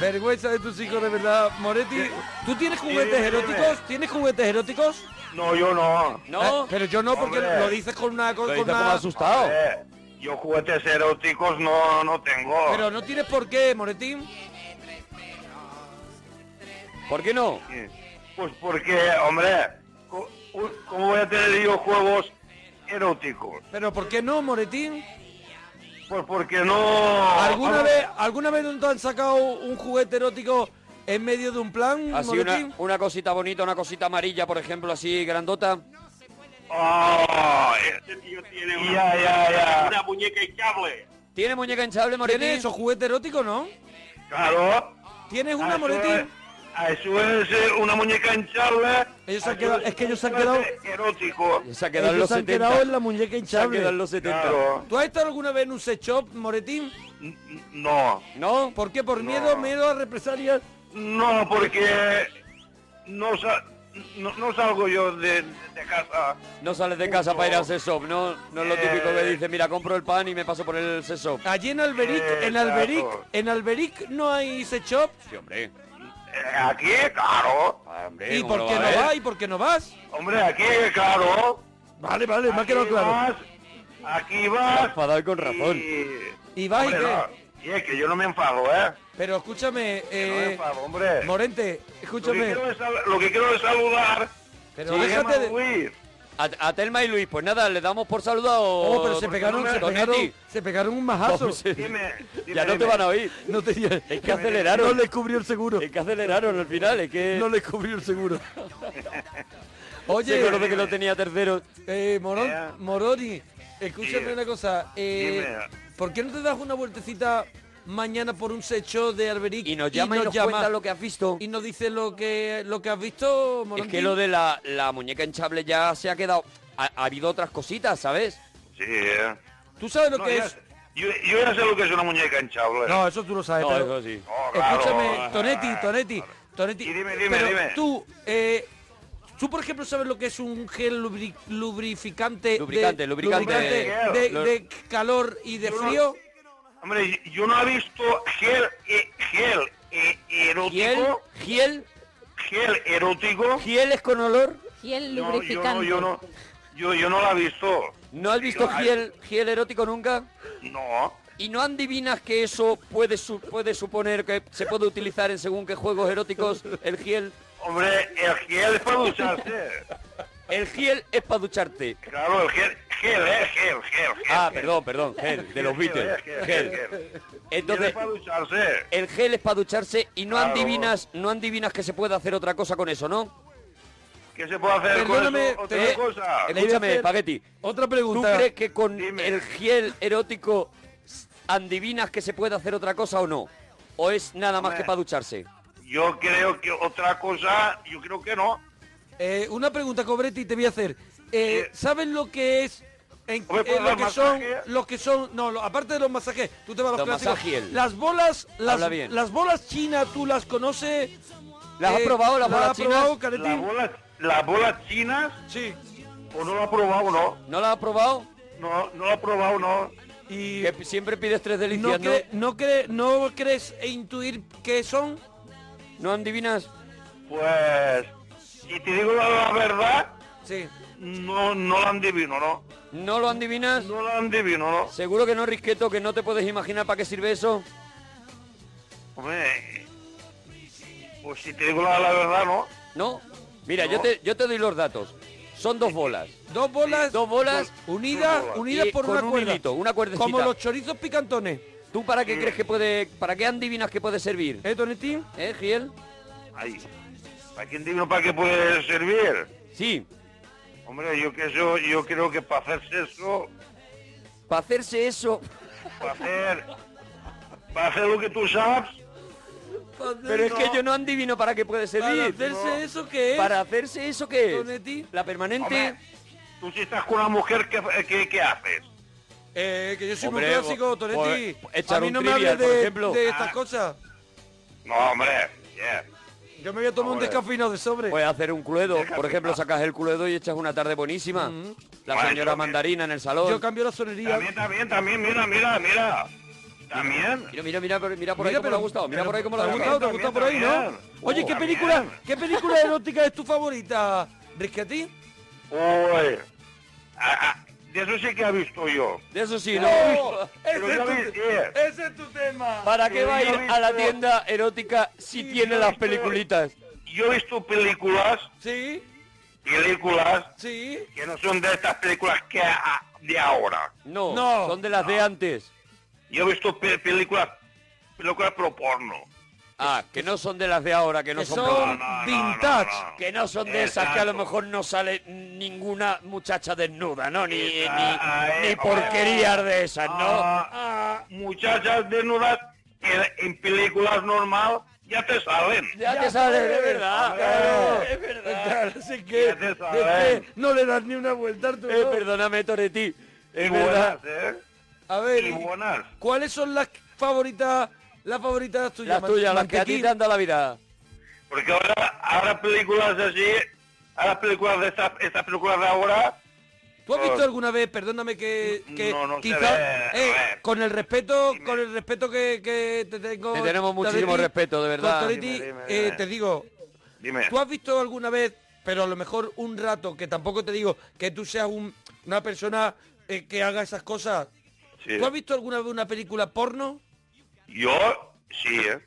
vergüenza de tus hijos, de verdad. Moretti, ¿tú tienes juguetes dime. eróticos? ¿Tienes juguetes eróticos? No, yo no. No. Eh, pero yo no, porque Hombre. lo dices con una... Con, Lo con dices como una- asustado. Eh, yo juguetes eróticos no, no tengo. Pero no tienes por qué, Moretti. ¿Por qué no? Pues porque, hombre, co- u- ¿cómo voy a tener yo juegos eróticos? Pero ¿por qué no, Moretti? Pues porque no... ¿Alguna Ah, vez, alguna vez no te han sacado un juguete erótico en medio de un plan, Así Moretti? Ah, una, una cosita bonita, una cosita amarilla, por ejemplo, así grandota. ah, este tío tiene una, Ya, ya, ya. una muñeca hinchable. ¿Tiene muñeca hinchable, Moretti? ¿Tienes eso, juguete erótico, no? Claro. ¿Tienes Ah, eso una, es- Moretti? ah, Eso es eh, una muñeca hinchable. Ellos se han Ah, quedado- eso es que ellos se han un juguete Erótico. Se ha quedado en los se han 70. quedado en la muñeca Se ha hinchable. quedado en los 70. Claro. ¿Tú has estado alguna vez en un sex shop, Moretín? No. ¿No? ¿Por qué? ¿Por miedo? ¿Miedo a represalias? No, porque no, sa- no, no salgo yo de, de casa. No sales de casa para ir al sesop, ¿no? No es lo típico que dice, mira, compro el pan y me paso por el sesop. Eh. Allí en Alberic, Eh, en Alberic, en Alberic no hay sex shop. Sí, hombre. Eh, Aquí es caro. Hombre, ¿Y ¿cómo por lo qué va a no ver? vas? ¿Y por qué no vas? Hombre, aquí es caro. Vale, vale, me ha quedado claro. aquí Se ha vas. enfadado y con razón. ¿Y vas y Hombre, qué? no, Y es que yo no me enfado, ¿eh? Pero escúchame, eh, hombre. Morente, Lo escúchame. que quiero es sal- Lo que quiero es saludar. Pero déjate de- A, a Telma y Luis, pues nada, le damos por saludado. Oh, pero se pegaron, se pegaron, se pegaron un majazo. ya no te van a oír. No tenía, Es que aceleraron. No les cubrió el seguro. Es que aceleraron al final, es que... No les cubrió el (laughs) seguro. Oye, Oye, se conoce que lo tenía tercero. Eh, Morón, Moroni, escúchame Dime. una cosa. eh, ¿Por qué no te das una vueltecita mañana por un secho de Alberic y nos llama y nos cuenta lo que has visto? Y nos dice lo que lo que has visto, Es Morón. que lo de la, la muñeca hinchable ya se ha quedado... Ha, ha habido otras cositas, ¿sabes? Sí, ¿eh? ¿Tú sabes lo No, que ya es? sé- Yo, yo ya sé lo que es una muñeca ¿eh? hinchable. No, eso tú lo sabes. No, pero- eso sí. Oh, claro. Escúchame, Tonetti, Tonetti, Tonetti. dime, pero dime. Tú, eh, tú por ejemplo sabes lo que es un gel lubri- lubrificante, de- Lubricante, lubricante. lubricante de, Lo- de calor y de Yo no- frío. Hombre, yo no he visto gel, eh, gel eh, erótico. ¿Giel? ¿Gel erótico? ¿Gieles con olor? Giel No, yo no, lubrificante. yo no, yo, yo no la he visto. ¿No has visto Yo- Giel, Giel erótico nunca? No. ¿Y no adivinas que eso puede, su- puede suponer que se puede utilizar en según qué juegos eróticos el Giel? Hombre, el gel es para ducharse. El Giel es para ducharte. Claro, el gel, gel, eh, gel, gel. gel Ah, gel. perdón, perdón, gel, de los Gel, gel, Beatles. gel, Gel. gel. Gel Entonces, es para ducharse. el gel es para ducharse y no Claro. adivinas, no adivinas que se puede hacer otra cosa con eso, ¿no? ¿Qué se puede hacer Perdóname, con eso? te- Otra cosa. Escúchame, Spaghetti. Otra ¿Tú crees que con el gel erótico adivinas que se puede hacer otra cosa o no? ¿O es nada más que para ducharse? Yo creo que otra cosa, yo creo que no. Eh, una pregunta, Cobretti, te voy a hacer. Eh, ¿Sabes lo que es? En, Hombre, ¿puedo eh, lo dar que son, lo que son, no, lo- aparte de los masajes, tú te vas a los, Los clásicos. masajiel. Las bolas, las, Habla bien. las bolas chinas, tú las conoces. Eh, ¿Las has probado, las bolas has probado, chinas? Caretín? Las bolas, las bolas chinas. Sí. ¿O no lo ha probado, no? ¿No la has probado? No, no la ha probado, no. Y que siempre pides tres ¿No, delicias, ¿no? cre- no, cre- no crees e intuir qué son? ¿No adivinas? Pues, si te digo la, la verdad, sí. no, no la adivino, ¿no? ¿No lo adivinas? No lo adivino, ¿no? Seguro que no, Risqueto, que no te puedes imaginar para qué sirve eso. Hombre, pues si te digo la, la verdad, ¿no? ¿No? Mira, No. Yo, te, yo te doy los datos. Son (laughs) dos bolas. Dos bolas, Dos bolas unidas, unidas y por con una un cuerda. hilito, una cuerdecita. Como los chorizos picantones. ¿Tú para qué crees que puede, para qué adivinas que puede servir? ¿Eh, Tonetín? ¿Eh, Giel? Ay, ¿para quién digo para qué puede servir? Sí. Hombre, yo que yo, yo creo que para hacerse eso, Para hacerse eso. para hacer, para hacer lo que tú sabes, Pero es que yo no adivino para qué puede servir. Para hacerse No. eso que es. ¿Para hacerse eso qué es? Tonetti. La permanente. Hombre. tú si estás con una mujer, ¿qué, qué, qué haces? Eh, que yo soy Hombre, muy clásico, bo- Tonetti. bo- echar a mí un no me trivial, hables por de, ejemplo. de estas Ah. cosas. No, hombre, yeah. Yo me voy a tomar un Hombre. descafeinado de sobre. Pues, Puedes hacer un cluedo. Por ejemplo, sacas el cluedo y echas una tarde buenísima. La Bueno, señora yo- mandarina en el salón. Mm. yo cambio la sonería. También, también, también, mira, mira, mira. También. Mira, mira, mira, por- mira por Mira, ahí cómo le ha gustado. Mira pero- por ahí cómo le ¿Te ha ha También, gustado? gustado. ¿Te ha también, gustado por ahí, no? también. Oye, Oh, ¿qué también. película, ¿qué película erótica es tu favorita, Risquetti? Uy. Ah, ah, de eso sí que ha visto yo. De eso sí, no. ¡Oh! Pero ese, ya es ves, tu, eh. ese es tu tema. ¿Para Pero qué yo va a he ir a la visto- tienda erótica si tiene yo las esto- peliculitas? Yo he visto películas, Sí, películas sí. que no son de estas películas que a- de ahora. No, No. son de las de antes. Yo he visto pe- películas, películas pro porno. Ah, que no son de las de ahora, que no Que son... son no, no, vintage. no, no. Que no son de esas que a lo Exacto. mejor no sale ninguna muchacha desnuda, ¿no? Ni, ni, Ah, eh, ni porquerías de esas, ¿no? Ah, ah, muchachas desnudas en, en películas normal ya te salen. Ya te sale, de verdad. Claro. Es verdad. Así que, Ya te sabes. es que no le das ni una vuelta Arturo. Eh, perdóname, Toretti. Y Es buenas, verdad. ¿eh? A Y ver, buenas. ¿cuáles son las favoritas La favorita es tuya. Las tuyas, las que a ti te han dado la vida. Porque ahora, ahora películas así, ahora películas de estas, estas películas de ahora, ¿Tú has No. visto alguna vez, perdóname que, que No, no se quizá- ve, a eh, ver. con el respeto, con el respeto que, que te tengo. Te tenemos muchísimo Toretti, respeto, de verdad. Toretti, Dime, dime, eh, dime. te digo, dime. ¿tú has visto alguna vez, pero a lo mejor un rato, que tampoco te digo que tú seas un- una persona eh, que haga esas cosas? Sí. ¿Tú has visto alguna vez una película porno? Yo sí, ¿eh?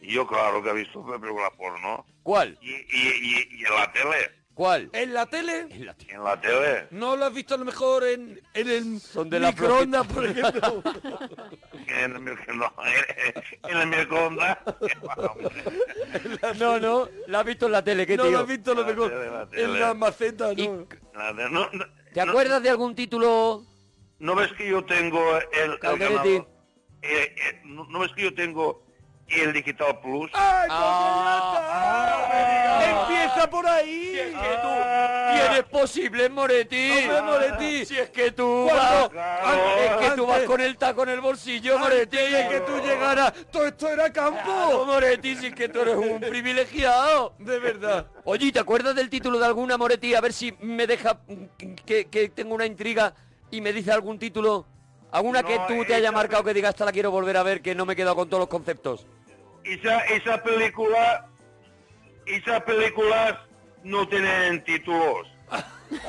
Yo claro que he visto películas porno. ¿Cuál? Y, y- y- y en la tele. ¿Cuál? ¿En la tele? En la tele. ¿No lo has visto a lo mejor en, en el de la microondas, por ejemplo? En el, micro- no, (laughs) eh, en el microondas. No, no, la has visto en la tele, ¿qué (laughs) No tío? la has visto a lo mejor en tele. la maceta, ¿no? La de- no, no, ¿Te acuerdas de algún título? ¿No ves que yo tengo el, el Calderete. ganador? Eh, eh, ¿no, no ves que yo tengo el Digital Plus? ¡Ay, Ah. ¡Empieza por ahí! Ah. Si es que tú tienes posible, Moretti. Moretti! Si es que tú Cuando- vas... es que tú vas con el taco en el bolsillo, Moretti. Es que tú llegaras... ¡Todo esto era campo! Moretti, si es que tú eres un privilegiado. De verdad. Oye, ¿te acuerdas del título de alguna, Moretti? A ver si me deja... Que, que tengo una intriga y me dice algún título... Alguna que No, tú te haya esa- marcado que digas, esta la quiero volver a ver, que no me he quedado con todos los conceptos. Esa, esa película, esas películas no tienen (laughs) títulos.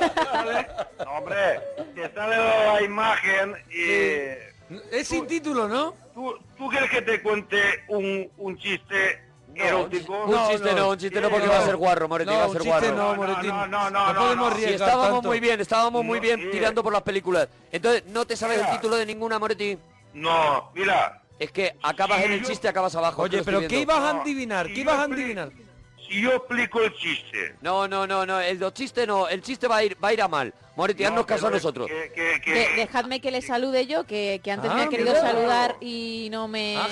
no, hombre, te sale la imagen y... Es sin título, ¿no? ¿Tú, tú quieres que te cuente un, un chiste erótico? un chiste no, un chiste eh, no, porque va a ser guarro, Moretti, va a ser guarro. No, no, no, no, no. Si estábamos muy bien, estábamos muy bien tirando por las películas. Entonces, no te sabes el título de ninguna, Moretti. No, mira. Es que acabas en el chiste, acabas abajo. te Oye, lo estoy pero ¿qué viendo. ibas a adivinar? ¿Qué ibas a adivinar? Si yo explico el chiste. No, no, no, no, el do- chiste no, el chiste va a ir, va a ir a mal. Moretti, haznos caso a nosotros. De- dejadme que le salude yo, que, que antes me Ah, ha querido mira. saludar y no me... Ah,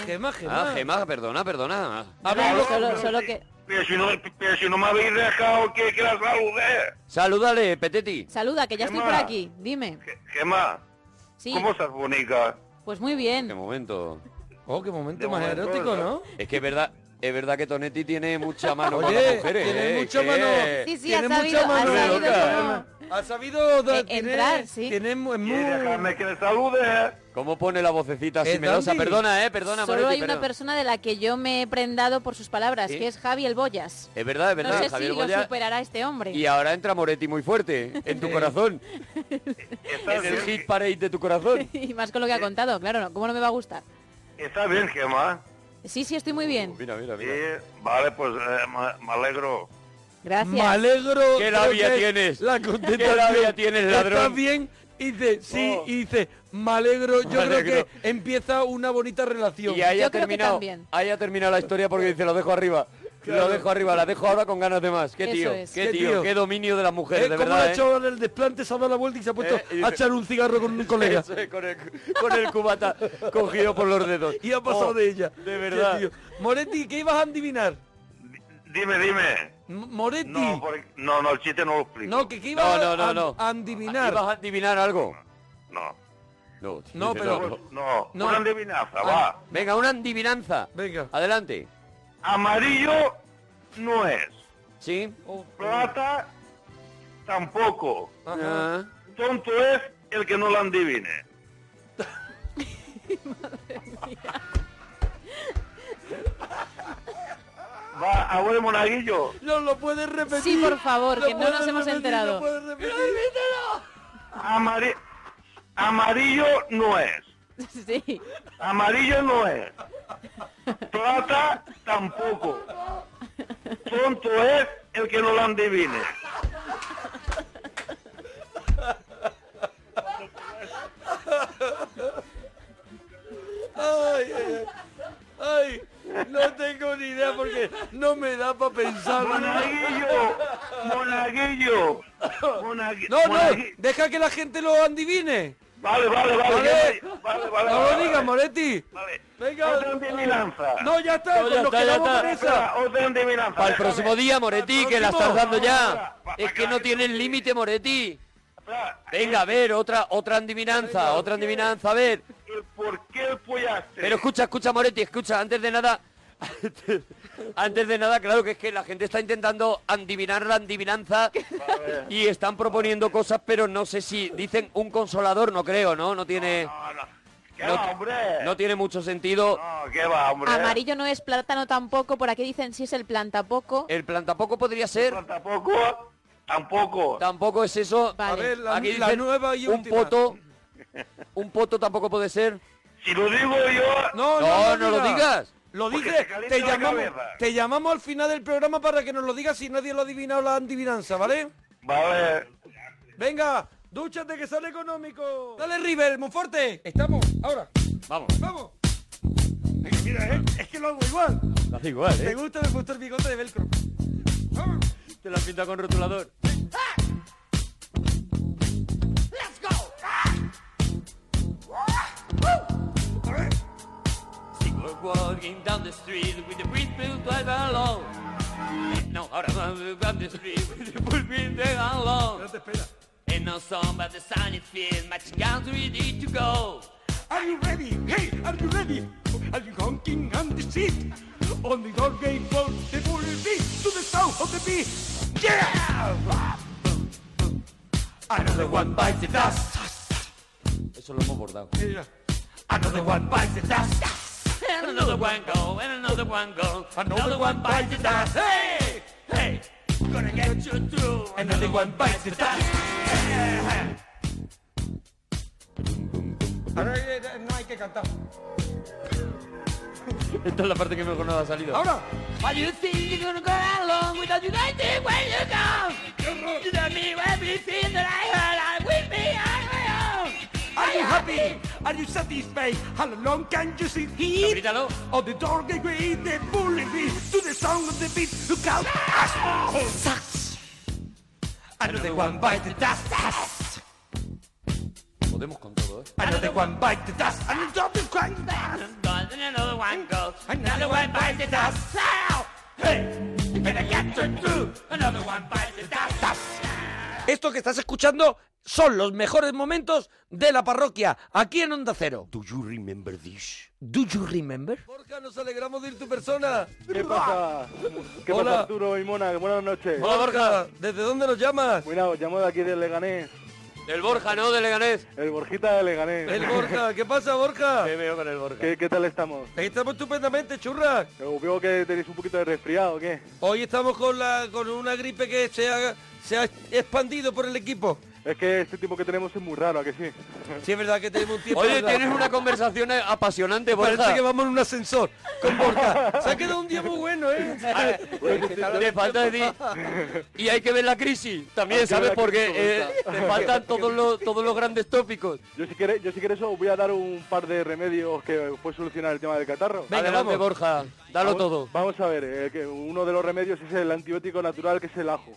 Gemma, perdona, perdona. Claro, solo, solo que... Pero si no, pero si no me habéis dejado que, que la salude. Salúdale, Peteti. Saluda, que ya estoy por Gemma. aquí. Dime. Gemma, Sí, ¿cómo estás, bonita? pues muy bien. Qué momento. Oh, qué momento más momento, erótico, ¿no? ¿no? Es que es verdad, es verdad que Tonetti tiene mucha mano con Oye, las mujeres. tiene eh, mucha que- mano. Sí, sí, ha Tiene sabido, mucha ha mano sabido loca. Ha sabido da- Eh, tiene- entrar, sí. Tiene mu- es muy... que le salude. ¿Cómo pone la vocecita así Es melosa? dandy. Perdona, eh, perdona, Solo Moretti, hay una perdona. persona de la que yo me he prendado por sus palabras, ¿Sí? que es Javi el Boyas. Es verdad, es verdad, no sé Javier si lo Goya. superará este hombre. Y ahora entra Moretti muy fuerte en tu corazón. en el hit parade de tu corazón. (laughs) Y más con lo que ha ¿Eh? contado, claro, no, ¿cómo no me va a gustar? ¿Estás bien, Gemma? Sí, sí, estoy muy bien. Mira, mira, mira. vale, pues eh, me, me alegro. Gracias. Me alegro. ¿Qué creo labia que tienes? La contestación. ¿Qué labia tienes, ladrón? Oh. ¿Estás bien? Y dice, sí, y dice, me alegro. Yo Me alegro. creo que empieza una bonita relación. Y ahí ha terminado, ahí ha terminado la historia porque dice, lo dejo arriba. Claro. Lo dejo arriba, la dejo ahora con ganas de más. Qué Eso tío, es. qué Qué tío, tío. qué dominio de las mujeres, Es de como verdad. la ¿eh? chavala en el desplante se ha dado la vuelta y se ha puesto Eh, y dice- a echar un cigarro con (laughs) un colega. Eso es, con, el, con el cubata cogido por los dedos. (laughs) Y ha pasado Oh, de ella. De verdad. Qué tío. Moretti, ¿qué ibas a adivinar? Dime, dime. M- Moretti. No, por- no, no, el chiste no lo explico. No, que, que ibas No, no, no, a, no. a adivinar. ¿Ibas a adivinar algo? No. No, No, dice, pero- No, No. una adivinanza, Ah, va. Venga, una adivinanza. Venga. Adelante. Amarillo no es. ¿Sí? Oh, Plata tampoco. Ah. Tonto es el que no (laughs) la adivine. Va, abuelo monaguillo. No lo puedes repetir. Sí, por favor, Lo que no puedes nos hemos repetir, enterado. lo puedes repetir. Amari- amarillo no es. (laughs) Sí. Amarillo no (laughs) es. Eh, Plata tampoco. Tonto es el que no la adivine. Ay, ay, ay. Ay, no tengo ni idea porque no me da para pensar. Monaguillo, monaguillo. monagui- No, no, monagui- deja que la gente lo adivine. Vale, vale, vale. Vale. vale, vale, no vale, lo digas, vale. Moretti. Venga. Otra adivinanza. No, ya está, No, pues ya nos está, ya quedamos está. con esa. Otra adivinanza. Para el próximo día, Moretti, que la estás dando ya. Va, Es que no tienes límite, Moretti. Venga, a ver, otra, otra adivinanza, otra adivinanza, a ver. ¿Por qué el Pero escucha, escucha, Moretti, escucha, antes de nada... (laughs) Antes, antes de nada, claro que es que la gente está intentando adivinar (laughs) la adivinanza y están proponiendo cosas, pero no sé si dicen un consolador, no creo, ¿no? No tiene... no- no tiene mucho sentido. ¿Qué va, hombre? Amarillo no es plátano tampoco, por aquí dicen si es el plan tampoco. El plantapoco podría ser. Tampoco. Tampoco. Tampoco es eso. Vale. A ver, la- Aquí la dicen nueva y un última. poto. Un poto tampoco puede ser. Si lo digo yo. No, no, no, no lo digas. Lo Porque dices, se calienta te la llamamos, cabeza. te llamamos al final del programa para que nos lo digas si nadie lo ha adivinado la adivinanza, ¿vale? Vale. Venga, dúchate que sale económico. Dale, River, Monforte. Estamos, ahora. Vamos. Vamos. Venga, mira, eh, es que lo hago igual. Lo hace igual, eh. Me gusta, me gusta el bigote de velcro. Te la pinta con rotulador. Ah. We're walking down the street with the breeze built right along. No, ahora. Down the street with the breeze built right along. And no song but the sun is filled, much guns ready to go. Are you ready? Hey, are you ready? Are you honking on the seat? On the old game boat, the bully beat to the south of the beach. (laughs) Yeah! Another one bites the dust. Eso lo hemos bordado. Another one bites the dust. And another one go, and another one go. Another one bites the dust. Hey, hey, gonna get you through. Another one bites the dust. Ahora eh, no hay que cantar. Esta es la parte que mejor nos ha salido. Ahora. Why do you think you're gonna go along without United when you go? You tell me everything that I heard, I will be on my own. Are you happy? Are you satisfied? How long can you sit here? On the dark way, the bullet beat to the sound of the beat. Look out! Asshole! Sucks! Another one bite the dust. Podemos con todo, ¿eh? Another one bite the dust. Another one bite the dust. Another one goes. Another one bite the dust. Ow! Hey, you better get to do. Another one bite the dust. Esto que estás escuchando son los mejores momentos de la parroquia, aquí en Onda Cero. Do you remember this? Do you remember? Borja, nos alegramos de ir tu persona. ¿Qué pasa? ¿Qué Hola. pasa Arturo y Mona? Buenas noches. Hola, Borja. ¿Desde dónde nos llamas? Bueno, llamo de aquí del Leganés. Del Borja, ¿no? Del Leganés. El Borjita de Leganés. El Borja, ¿qué pasa, Borja? Me veo con el Borja. ¿Qué, qué tal estamos? ¿Eh, Estamos estupendamente, churras. Eh, Veo que tenéis un poquito de resfriado, ¿o ¿qué? Hoy estamos con la con una gripe que se ha, se ha expandido por el equipo. Es que este tiempo que tenemos es muy raro, ¿a que sí? Sí, es verdad que tenemos un tiempo... Oye, tienes una conversación eh, apasionante, Borja. Parece que vamos en un ascensor con Borja. Se ha quedado un día muy bueno, ¿eh? (laughs) Te falta de ti. Y hay que ver la crisis también, Hay que ver ¿sabes? la Porque crisis, eh, ¿cómo te está? faltan todos los, todos los grandes tópicos. Yo si queréis, yo si queréis os voy a dar un par de remedios que os puede solucionar el tema del catarro. Adelante, Borja. Dalo Vamos- todo. Vamos a ver, eh, que uno de los remedios es el antibiótico natural que es el ajo.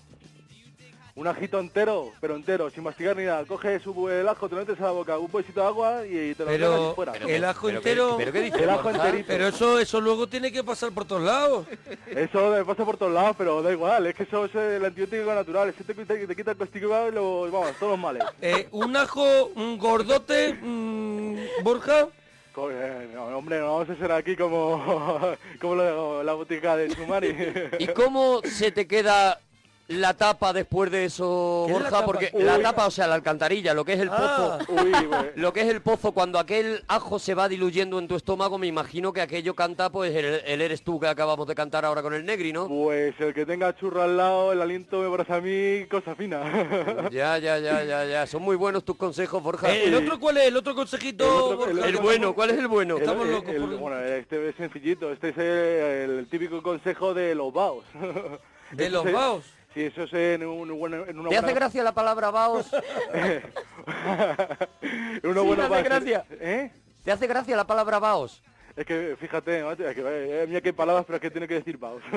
Un ajito entero, pero entero, sin mastigar ni nada. Coges un- el ajo, te lo metes a la boca, un poquito de agua y, te lo metes Pero fuera. el ajo entero... El ajo enterito. Pero eso, eso luego tiene que pasar por todos lados. Eso me pasa por todos lados, pero da igual, es que eso es el antibiótico natural, eso te, quita- te quita el constipado y lo, vamos, todos los males. Eh, un ajo un gordote, mm, Borja. Co- eh, no, hombre, no vamos a ser aquí como, (laughs) como lo- la botica de Sumari. ¿Y cómo se te queda la tapa después de eso, ¿Qué es la Borja? tapa? Porque Uy. la tapa, o sea, la alcantarilla, lo que es el Ah. pozo. Uy, güey. (laughs) Lo que es el pozo, cuando aquel ajo se va diluyendo en tu estómago, me imagino que aquello canta, pues el, el eres tú que acabamos de cantar ahora con el negri, ¿no? (laughs) Pues el que tenga churro al lado, el aliento me parece a mí cosa (laughs) fina. Ya, ya, ya, ya, ya. Son muy buenos tus consejos, Borja. Eh, ¿el otro cuál es? ¿El otro consejito, El otro- El bueno, ¿cuál es el bueno? El- el- el- Bueno, este es sencillito, este es el, el típico consejo de los (laughs) vaos. ¿De Eso los se- vaos? Sí, eso es en, un, buen- en una ¿Te hace buena- gracia la palabra vaos? (laughs) en una Sí, buena me base. hace gracia. ¿Eh? ¿Te hace gracia la palabra vaos? Es que fíjate, macho, es que, eh, mira qué palabras, pero es que tiene que decir vaos. (laughs)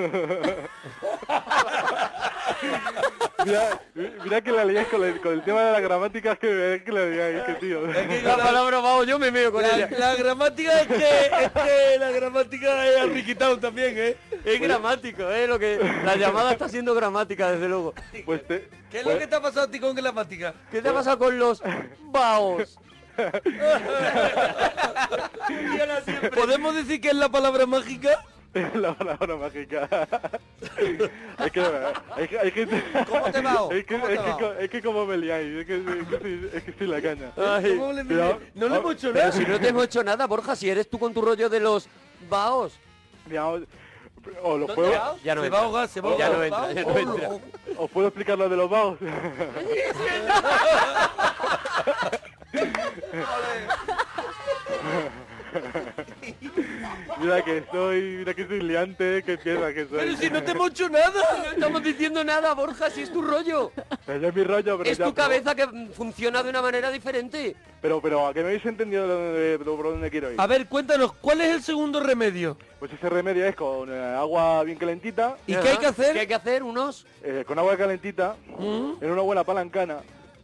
mira, mira que la leías con el, con el tema de la gramática, es que, es que la leías, que tío. La palabra vaos, yo me meo con La, ella. la gramática es que, es que la gramática es arriquitado también, ¿eh? Es gramático, ¿eh? Lo que, la llamada está siendo gramática, desde luego. Pues te, ¿Qué es lo que te ha pasado a ti con gramática? ¿Qué te ha pasado con los vaos? ¿Podemos decir que es la palabra mágica? (laughs) la palabra mágica. (laughs) es que, es que, es que, ¿Cómo te va? Es que, ¿Cómo te es, que, va? co- es que como me liáis, es que, es que, soy- es que soy la caña. ¿Cómo le mire? Este no le hemos hecho nada. Pero si no te hemos hecho nada, Borja, si eres tú con tu rollo de los vaos. o los juegos. Ya no entra. Ya no entra, ya no entra. ¿Os puedo explicar lo de los (laughs) vagos? (laughs) mira que soy, mira que soy liante, que piensas que soy. Pero si no te hemos hecho nada, no estamos diciendo nada, Borja, si es tu rollo. Pero es mi rollo, pero Es ya- tu cabeza que mm, funciona de una manera diferente. Pero, pero, ¿a qué me habéis entendido de dónde- de por dónde quiero ir? A ver, cuéntanos, ¿cuál es el segundo remedio? Pues ese remedio es con eh, agua bien calentita. Eh, ¿Y qué hay que hacer? Mm. ¿Qué hay que hacer? ¿Unos? con agua calentita, en una buena palancana.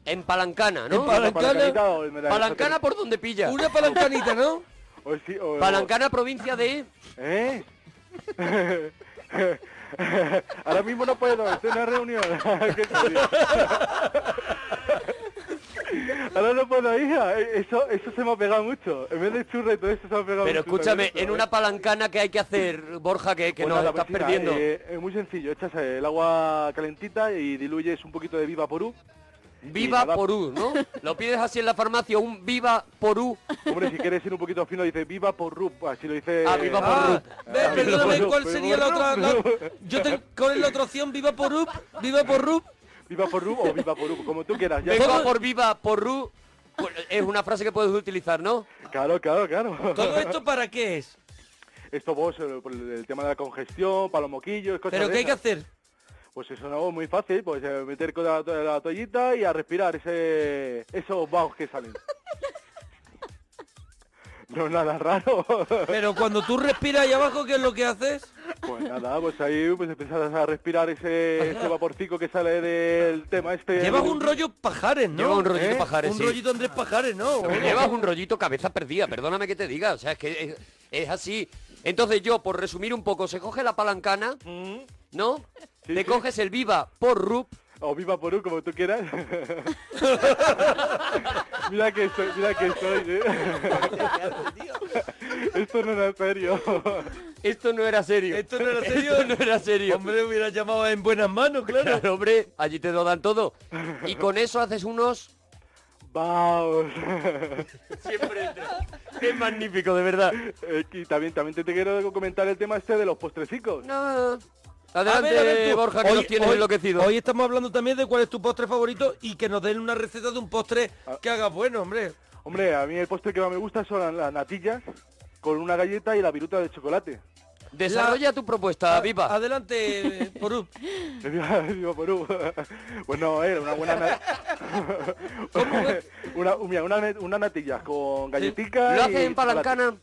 En palancana, Ah, ¿no? En palancana. Palancanita o en- Palancana por donde pilla. Una palancanita, (laughs) ¿no? O sí, o- Palancana provincia de... ¿Eh? (laughs) Ahora mismo no puedo, estoy en una reunión. (laughs) ¿Qué te digo? Ahora no puedo, hija. Eh, Eso, eso se me ha pegado mucho. En vez de churra y todo eso se me ha pegado mucho. Pero escúchame, Eso, en ¿eh? una palancana que hay que hacer, Borja, que, que Pues nos nada, estás pues mira, perdiendo. eh, es muy sencillo, echas el agua calentita y diluyes un poquito de Viva Porú. Viva Porú, (laughs) ¿no? Lo pides así en la farmacia, un Viva Porú. Hombre, si quieres ir un poquito fino, dices Viva Porú, así lo dice... Ah, Viva Ah, ve, Ah, Viva perdóname, Porú, ¿cuál Viva sería la Porú. otra? la- (laughs) yo te, ¿Cuál es la otra opción? ¿Viva por Rup? ¿Viva por Rup? Viva por Rup o Viva por Rup, como tú quieras. Venga por Viva Porú. Pues, Es una frase que puedes utilizar, ¿no? Claro, claro, claro. ¿Todo esto para qué es? (laughs) Esto vos, eh, por el, el tema de la congestión, para los moquillos, cosas ¿Pero de qué hay que esas. hacer? Pues eso no es muy fácil, pues eh, meter con la, to- la toallita y a respirar ese, esos vagos que salen. No (laughs) nada raro. Pero cuando tú respiras ahí abajo, ¿qué es lo que haces? Pues nada, pues ahí pues empezás a respirar ese, ese vaporcico que sale del tema este. ¿Eh? Llevas un rollo pajares, ¿no? Lleva un rollito pajares, Un sí. rollito Andrés Pajares, ¿no? Pero Llevas un rollito cabeza perdida, perdóname que te diga, o sea, es que es, es así. Entonces yo, por resumir un poco, se coge la palancana, Mm. ¿no? te coges el viva por rup. O viva por rup, como tú quieras. (laughs) mira que soy, mira que soy, (laughs) eh. Esto no era serio. Esto no era serio. Esto no era (laughs) serio. Esto no era serio. Hombre, hubiera llamado en buenas manos, claro. (laughs) Claro, hombre, allí te lo dan todo. Y con eso haces unos... Vamos. Siempre entra. Es magnífico, de verdad. Eh, y también, también te, te quiero comentar el tema este de los postrecicos. No. Adelante, Borja, que nos tienes enloquecidos. Hoy estamos hablando también de cuál es tu postre favorito y que nos den una receta de un postre Ah. que haga bueno, hombre. Hombre, a mí el postre que más me gusta son las, las natillas con una galleta y la viruta de chocolate. Desarrolla tu propuesta, viva. Adelante, Porú. Viva- viva Perú. bueno, era una buena na- una, mira, una, net- una natilla con galletica. (laughs) ¿Lo y haces en palancana?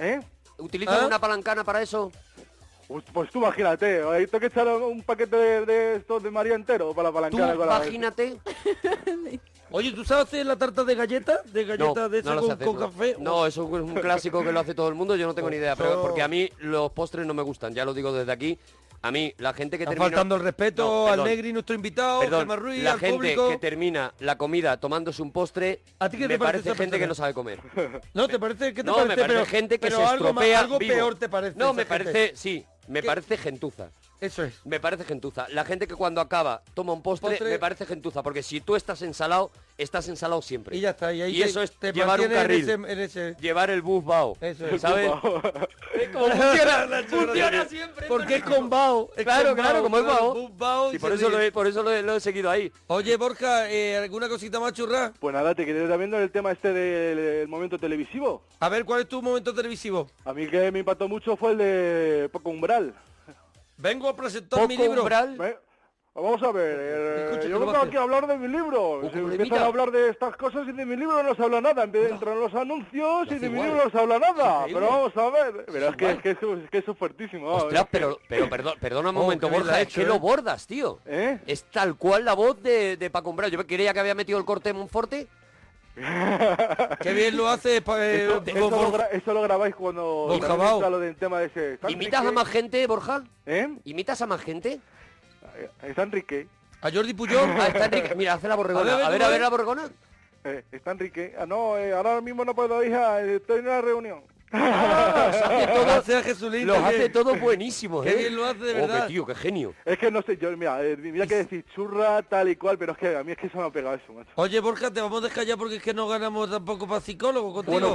¿Eh? ¿Utilizas ¿Ah? una palancana para eso? Pues, pues tú imagínate, ahí tengo que echar un paquete de, de estos de María entero para la Tú, palancana. con la- imagínate. Oye, ¿tú sabes hacer la tarta de galleta? ¿De galleta de esa lo con, sé hacer, con no. café? No, eso es un clásico que lo hace todo el mundo, yo no tengo ni idea, pero Eso- porque a mí los postres no me gustan, ya lo digo desde aquí. A mí, la gente que Está termina... faltando el respeto No, al perdón, Negri, nuestro invitado, perdón, Gemma Ruiz, la al gente público. que termina la comida tomándose un postre, ¿A ti qué te me parece parece, esa gente persona? que no sabe comer. No, ¿te parece? ¿Qué te no, parece? me parece Pero- gente que pero se algo más- estropea algo vivo. peor te parece. No, esa me gente? parece, sí, me ¿Qué? parece gentuza. (laughs) Eso es. Me parece gentuza. La gente que cuando acaba toma un postre, Postre. me parece gentuza, porque si tú estás ensalado, estás ensalado siempre. Y ya está. Y, ahí te- eso es te llevar un mantienes carril. En ese, en ese- Llevar el bus bao. Eso es. (laughs) ¿Sabes? Es como funciona, funciona siempre. Porque es con Bao. es Claro, con claro, como es Bao. bus Bao Y y por se eso, ríe. lo he, por eso lo, he, lo he seguido ahí. Oye, Borja, eh, ¿alguna cosita más churra? Pues nada, te quería también dar el tema este del, del momento televisivo. A ver, ¿cuál es tu momento televisivo? A mí que me impactó mucho fue el de Poco Umbral. Vengo a presentar mi libro. Ve- Vamos a ver, eh, Escucha, yo que lo vengo hace. aquí a hablar de mi libro. Se problemita. empiezan a hablar de estas cosas y de mi libro no se habla nada. Empie- Entran los anuncios y de mi libro no se habla nada. increíble. Pero vamos a ver. Pero es que, igual. es que, eso, es que eso es fuertísimo. vamos. Ostras, pero, pero perdón, perdona un Oh, momento, qué bien lo Borja, ha es hecho, que eh. lo bordas, tío. ¿Eh? Es tal cual la voz de, de Paco Umbral. Yo creía que había metido el corte en (laughs) Monforte. Qué bien lo hace. pa- eh, Eso, Bo- eso Bo- lo, gra- eso lo grabáis cuando Borja también Bao. está lo del tema de ese. ¿Está ¿Imitas a Enrique? más gente, Borja? ¿Eh? ¿Imitas a más gente? Está Enrique. A Jordi Puyol. Ah, está Enrique. (laughs) Mira, hace la (laughs) borregona. A A ver, ver, a ver, ¿cómo es? la borregona. Eh, está Enrique. Ah, no, eh, ahora mismo no puedo, hija. eh, Estoy en una reunión. los hace todos, los qué- hace (laughs) todos buenísimos, qué ¿eh? bien lo hace, de Oh, qué verdad. tío, qué genio. Es que no sé, yo, mira, eh, mira que decir churra, tal y cual, pero es que a mí es que se me ha pegado eso, macho. (laughs) Oye, Borja, te vamos a dejar ya porque es que no ganamos tampoco para psicólogo contigo.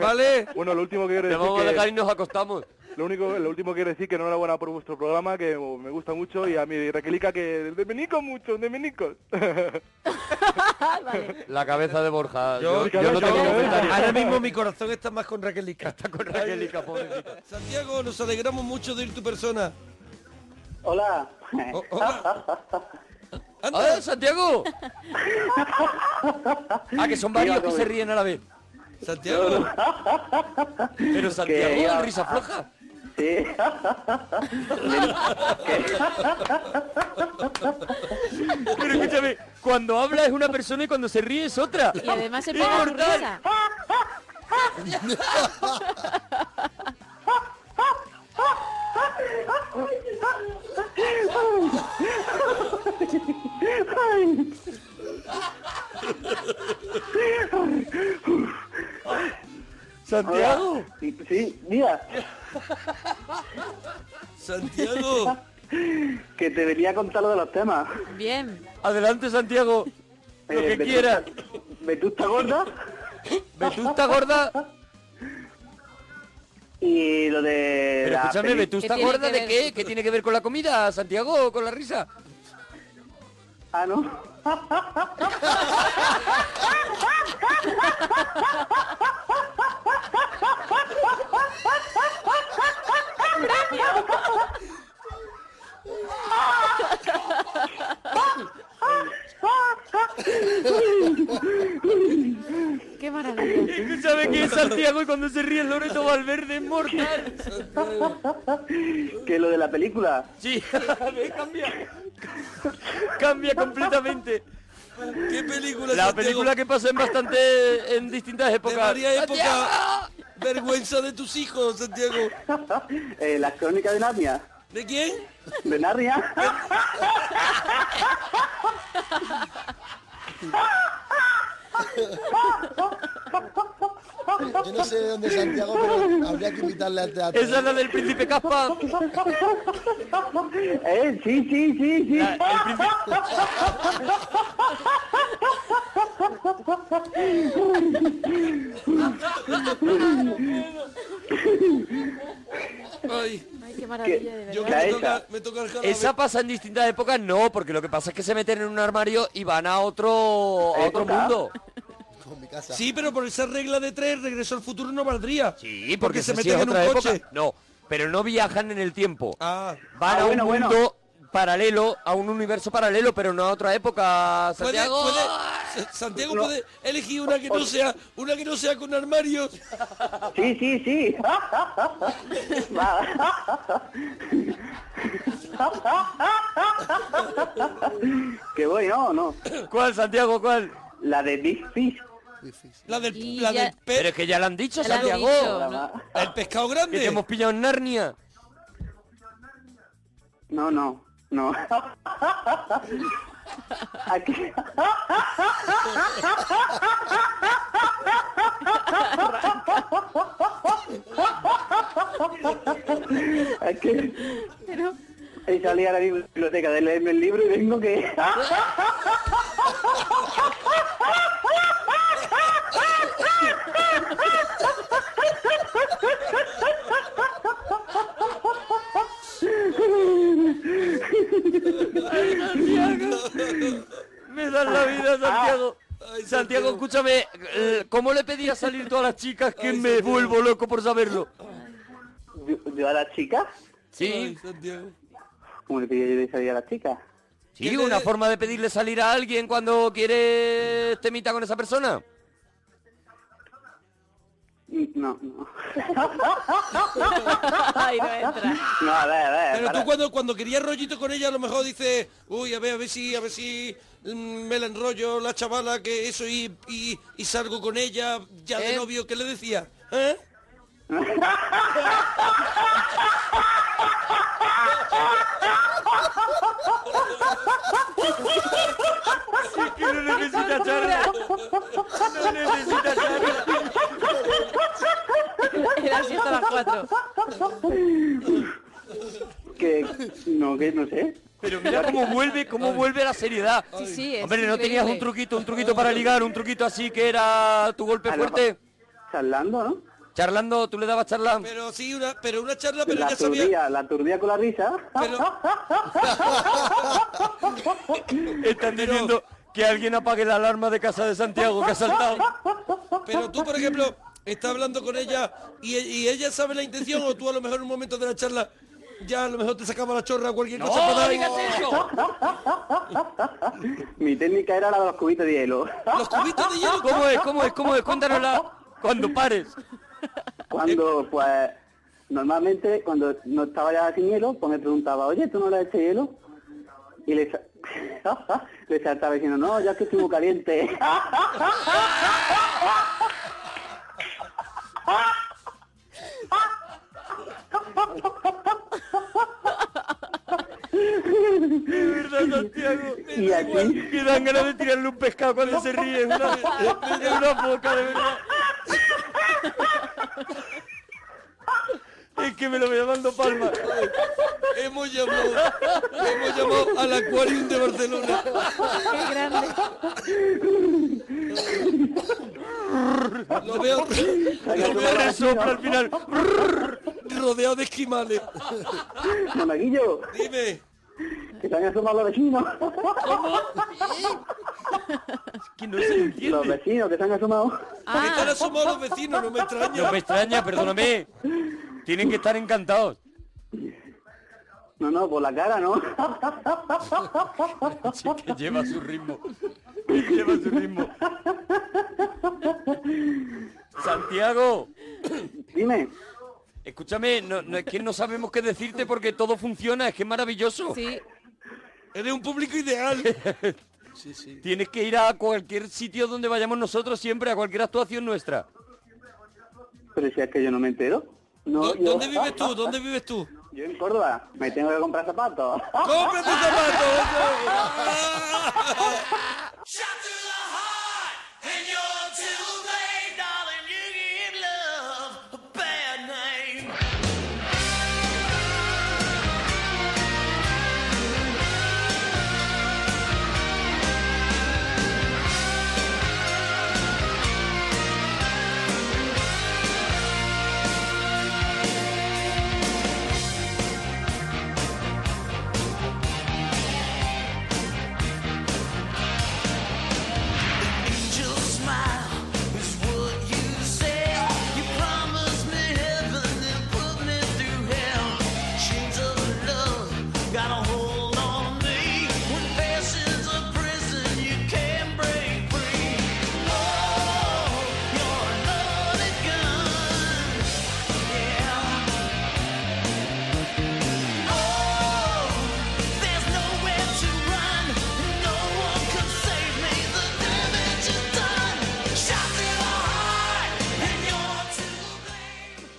¿Vale? Bueno, lo último que quiero Te decir vamos a que- dejar y nos acostamos. Lo único, lo último que quiero decir que enhorabuena por vuestro programa, que me gusta mucho y a mi Raquelica que de menicos mucho, de menicos. (laughs) La cabeza de Borja. Yo- Yo, yo no tengo comentarios. Ahora mismo mi corazón está más con Raquelica. Está con Raquelica, Santiago, nos alegramos mucho de oír tu persona. Oh, Hola. ¡Ah, Santiago! ah, que son varios que se ríen a la vez. Santiago. Pero Santiago, iba- risa floja. Sí. Pero escúchame, cuando habla es una persona y cuando se ríe es otra. Y además se Es pega su mortal. risa. Santiago. Sí, (laughs) mira. Santiago. Que te venía a contar lo de los temas. Bien. Adelante, Santiago. Lo que quieras. Vetusta gorda. Vetusta gorda. Y lo de. Pero la escúchame, peli- ¿Vetusta gorda de qué? ¿Qué tiene que ver con la comida, Santiago? o ¿Con la risa? Ah, no. Qué maravilla. Escúchame que es Santiago y cuando se ríe Loreto Valverde es mortal. Que lo de la película. Sí, (laughs) ve, cambia. Cambia completamente. ¿Qué película? La Santiago? película que pasó en bastante en distintas De épocas. varias épocas. ¡Santiago! Vergüenza de tus hijos, Santiago. Eh, las crónicas de Narnia. ¿De quién? De Narnia. Yo no sé de dónde es Santiago, pero habría que invitarle al teatro. Esa es la del príncipe Caspa. Eh, sí, sí, sí, sí. Ay. qué maravilla, de verdad. Yo que me toca, me toca el jarabe. Esa pasa en distintas épocas, no, porque lo que pasa es que se meten en un armario y van a otro a otro ¿Época? mundo. Sí, pero por esa regla de tres, regreso al futuro no valdría. Sí, porque, se esa sí meten es en un otra época. coche. No, pero no viajan en el tiempo. Ah. Van Ah, a un bueno, bueno. mundo paralelo, a un universo paralelo, pero no a otra época, Santiago. Puede- puede- Sa- Santiago No. puede elegir una que no sea, una que no sea con armarios. Sí, sí, sí. que voy, no, no. ¿Cuál, Santiago, cuál? La de Big Fish. La del, Y la ya- del pe- Pero es que ya lo han dicho, Ya lo han Santiago. dicho, ¿no? El pescado grande. Que te hemos pillado en Narnia. No, no, no. Aquí. (laughs) Aquí. Pero... Y salí a la biblioteca de leerme el libro y vengo que... ¿Ah? Me das la vida, Santiago. Ah. Santiago, escúchame, eh, ¿cómo le pedías salir tú a las chicas que me vuelvo loco por saberlo? ¿Yo, yo a las chicas? Sí. ¿Cómo le pedía yo de salir a las chicas? Sí, una forma de pedirle salir a alguien cuando quieres temita con esa persona. No, no. Ay, no entra. No, a ver, a ver. Pero para- tú cuando, cuando querías rollito con ella a lo mejor dices, uy, a ver, a ver si, a ver si mm, me la enrollo la chavala que eso y, y, y salgo con ella ya de novio, ¿qué le decía? (laughs) ¿Eh? Es que no necesita charla. No necesita charla. cuatro. Que no, que no sé. Pero mira cómo vuelve, cómo vuelve la seriedad. Sí, sí, es Hombre, ¿no tenías un increíble. truquito, un truquito para ligar, un truquito así que era tu golpe fuerte? Ah, Charlando, ¿no? Charlando, tú le dabas charla. Pero sí, una, pero una charla, pero La ya sabía. aturdía, la aturdía con la risa. Están diciendo que alguien apague la alarma de Casa de Santiago, que ha saltado. Pero tú, por ejemplo, estás hablando con ella y, y ella sabe la intención o tú a lo mejor en un momento de la charla ya a lo mejor te sacaba la chorra o cualquier ¡No, cosa para dar- digas eso! (laughs) Mi técnica era la de los cubitos de hielo. Los cubitos de hielo. ¿Cómo es? ¿Cómo es? ¿Cómo es? Cuéntanosla cuando pares. Cuando, pues, normalmente cuando no estaba ya sin hielo, pues me preguntaba, oye, ¿tú no le has hecho hielo? Y le, sa- (laughs) le saltaba diciendo, no, ya que estoy muy caliente. (laughs) De verdad, Santiago. Y aquí... Que dan ganas de tirarle un pescado cuando se ríe. Es una, es una foca, de verdad. Es que me lo voy dando palma. Hemos llamado, hemos llamado al Aquarium de Barcelona. Qué (laughs) Lo veo, lo veo resopla al final. Rodeado de esquimales. Monaguillo. Dime. Que te han asomado los vecinos. (laughs) que no se entiende. Los vecinos que se han asomado. Que Están asomados los vecinos, no me extraña. No me extraña, perdóname. Tienen que estar encantados. No, no, por la cara, ¿no? (laughs) Sí, que lleva su ritmo. Que lleva su ritmo. Santiago. Dime. Escúchame, no, no, es que no sabemos qué decirte porque todo funciona, es que es maravilloso. Sí. Eres un (laughs) público ideal. Sí, sí. Tienes que ir a cualquier sitio donde vayamos nosotros siempre, a cualquier actuación nuestra. Pero si es que yo no me entero. No, ¿Dó- yo- ¿Dónde vives tú? ¿Dónde vives tú? Yo en Córdoba. Me tengo que comprar zapatos. ¡Cómprate zapatos! Angel smile is what you say. You promised me heaven and put me through hell. Chains of love got a hold on me. When passion's a prison, you can't break free. Oh, you're a loaded gun. Yeah. Oh, there's nowhere to run. No one can save me. The damage is done. Shot to the heart, and you're to blame.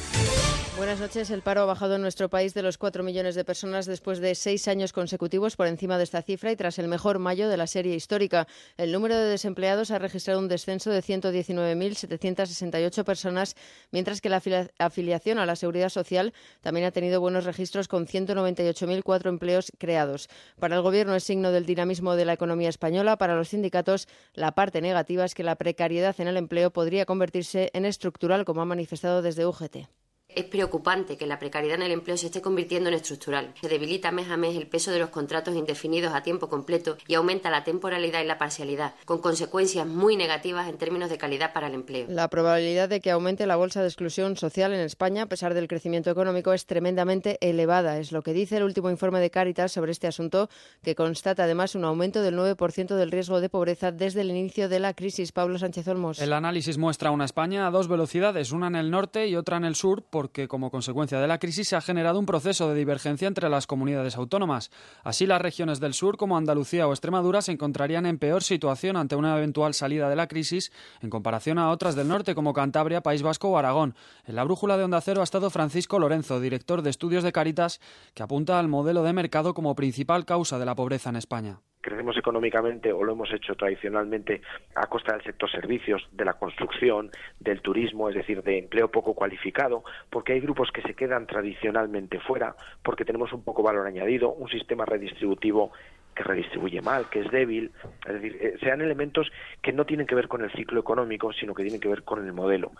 Buenas noches. El paro ha bajado en nuestro país de los 4 millones de personas después de seis años consecutivos por encima de esta cifra y tras el mejor mayo de la serie histórica. El número de desempleados ha registrado un descenso de 119.768 personas, mientras que la afili- afiliación a la Seguridad Social también ha tenido buenos registros con 198.004 empleos creados. Para el Gobierno es signo del dinamismo de la economía española. Para los sindicatos, la parte negativa es que la precariedad en el empleo podría convertirse en estructural, como ha manifestado desde UGT. Es preocupante que la precariedad en el empleo se esté convirtiendo en estructural. Se debilita mes a mes el peso de los contratos indefinidos a tiempo completo y aumenta la temporalidad y la parcialidad, con consecuencias muy negativas en términos de calidad para el empleo. La probabilidad de que aumente la bolsa de exclusión social en España, a pesar del crecimiento económico, es tremendamente elevada. Es lo que dice el último informe de Cáritas sobre este asunto, que constata además un aumento del 9% del riesgo de pobreza desde el inicio de la crisis. Pablo Sánchez Olmos. El análisis muestra una España a dos velocidades, una en el norte y otra en el sur, por porque como consecuencia de la crisis se ha generado un proceso de divergencia entre las comunidades autónomas. Así, las regiones del sur, como Andalucía o Extremadura, se encontrarían en peor situación ante una eventual salida de la crisis en comparación a otras del norte, como Cantabria, País Vasco o Aragón. En la brújula de Onda Cero ha estado Francisco Lorenzo, director de estudios de Caritas, que apunta al modelo de mercado como principal causa de la pobreza en España crecemos económicamente o lo hemos hecho tradicionalmente a costa del sector servicios, de la construcción, del turismo, es decir, de empleo poco cualificado, porque hay grupos que se quedan tradicionalmente fuera, porque tenemos un poco valor añadido, un sistema redistributivo que redistribuye mal, que es débil, es decir, eh, sean elementos que no tienen que ver con el ciclo económico, sino que tienen que ver con el modelo.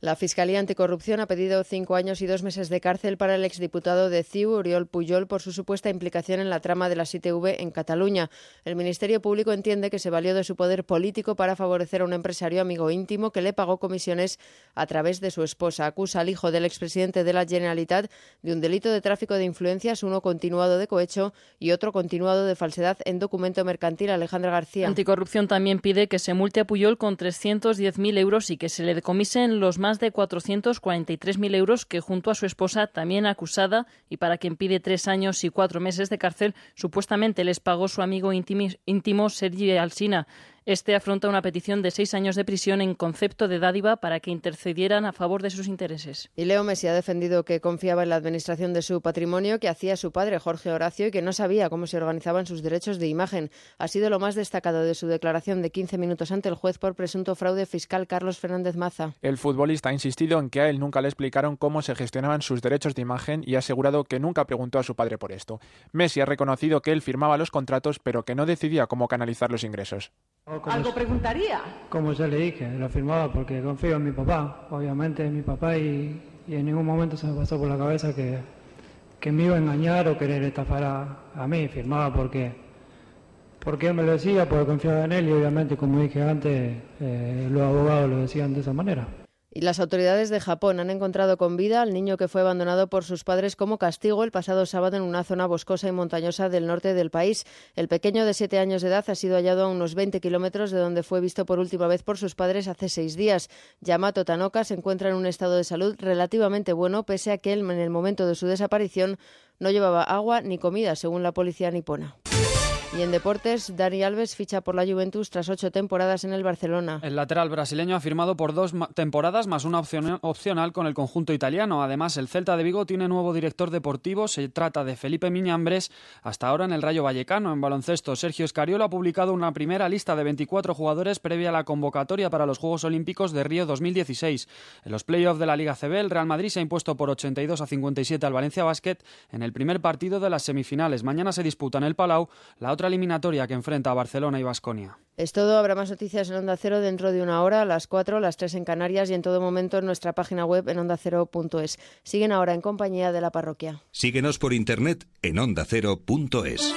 La Fiscalía Anticorrupción ha pedido cinco años y dos meses de cárcel para el exdiputado de CIU, Oriol Puyol, por su supuesta implicación en la trama de las ITV en Cataluña. El Ministerio Público entiende que se valió de su poder político para favorecer a un empresario amigo íntimo que le pagó comisiones a través de su esposa. Acusa al hijo del expresidente de la Generalitat de un delito de tráfico de influencias, uno continuado de cohecho y otro continuado de falsedad en documento mercantil. Alejandra García. Anticorrupción también pide que se multe a Puyol con 310.000 euros y que se le decomisen los más de 443.000 euros que junto a su esposa, también acusada y para quien pide tres años y cuatro meses de cárcel, supuestamente les pagó su amigo íntimi- íntimo Sergio Alsina. Este afronta una petición de seis años de prisión en concepto de dádiva para que intercedieran a favor de sus intereses. Y Leo Messi ha defendido que confiaba en la administración de su patrimonio que hacía su padre Jorge Horacio y que no sabía cómo se organizaban sus derechos de imagen. Ha sido lo más destacado de su declaración de 15 minutos ante el juez por presunto fraude fiscal Carlos Fernández Maza. El futbolista ha insistido en que a él nunca le explicaron cómo se gestionaban sus derechos de imagen y ha asegurado que nunca preguntó a su padre por esto. Messi ha reconocido que él firmaba los contratos pero que no decidía cómo canalizar los ingresos. Algo preguntaría. Como ya le dije, lo firmaba porque confío en mi papá, obviamente en mi papá y, y en ningún momento se me pasó por la cabeza que, que me iba a engañar o querer estafar a, a mí, firmaba porque, porque él me lo decía, porque confiaba en él y obviamente como dije antes, eh, los abogados lo decían de esa manera. Y las autoridades de Japón han encontrado con vida al niño que fue abandonado por sus padres como castigo el pasado sábado en una zona boscosa y montañosa del norte del país. El pequeño de siete años de edad ha sido hallado a unos 20 kilómetros de donde fue visto por última vez por sus padres hace seis días. Yamato Tanoka se encuentra en un estado de salud relativamente bueno, pese a que él, en el momento de su desaparición, no llevaba agua ni comida, según la policía nipona. Y en deportes, Dani Alves ficha por la Juventus tras ocho temporadas en el Barcelona. El lateral brasileño ha firmado por dos ma- temporadas más una opcion- opcional con el conjunto italiano. Además, el Celta de Vigo tiene nuevo director deportivo. Se trata de Felipe Miñambres, hasta ahora en el Rayo Vallecano. En baloncesto, Sergio Escariolo ha publicado una primera lista de 24 jugadores previa a la convocatoria para los Juegos Olímpicos de Río 2016. En los playoffs de la Liga CB, el Real Madrid se ha impuesto por 82 a 57 al Valencia Basket en el primer partido de las semifinales. Mañana se disputa en el Palau la otra eliminatoria que enfrenta a Barcelona y Vasconia. Es todo, habrá más noticias en Onda Cero dentro de una hora, a las 4, a las 3 en Canarias y en todo momento en nuestra página web en ondacero.es. Siguen ahora en compañía de la parroquia. Síguenos por internet en ondacero.es.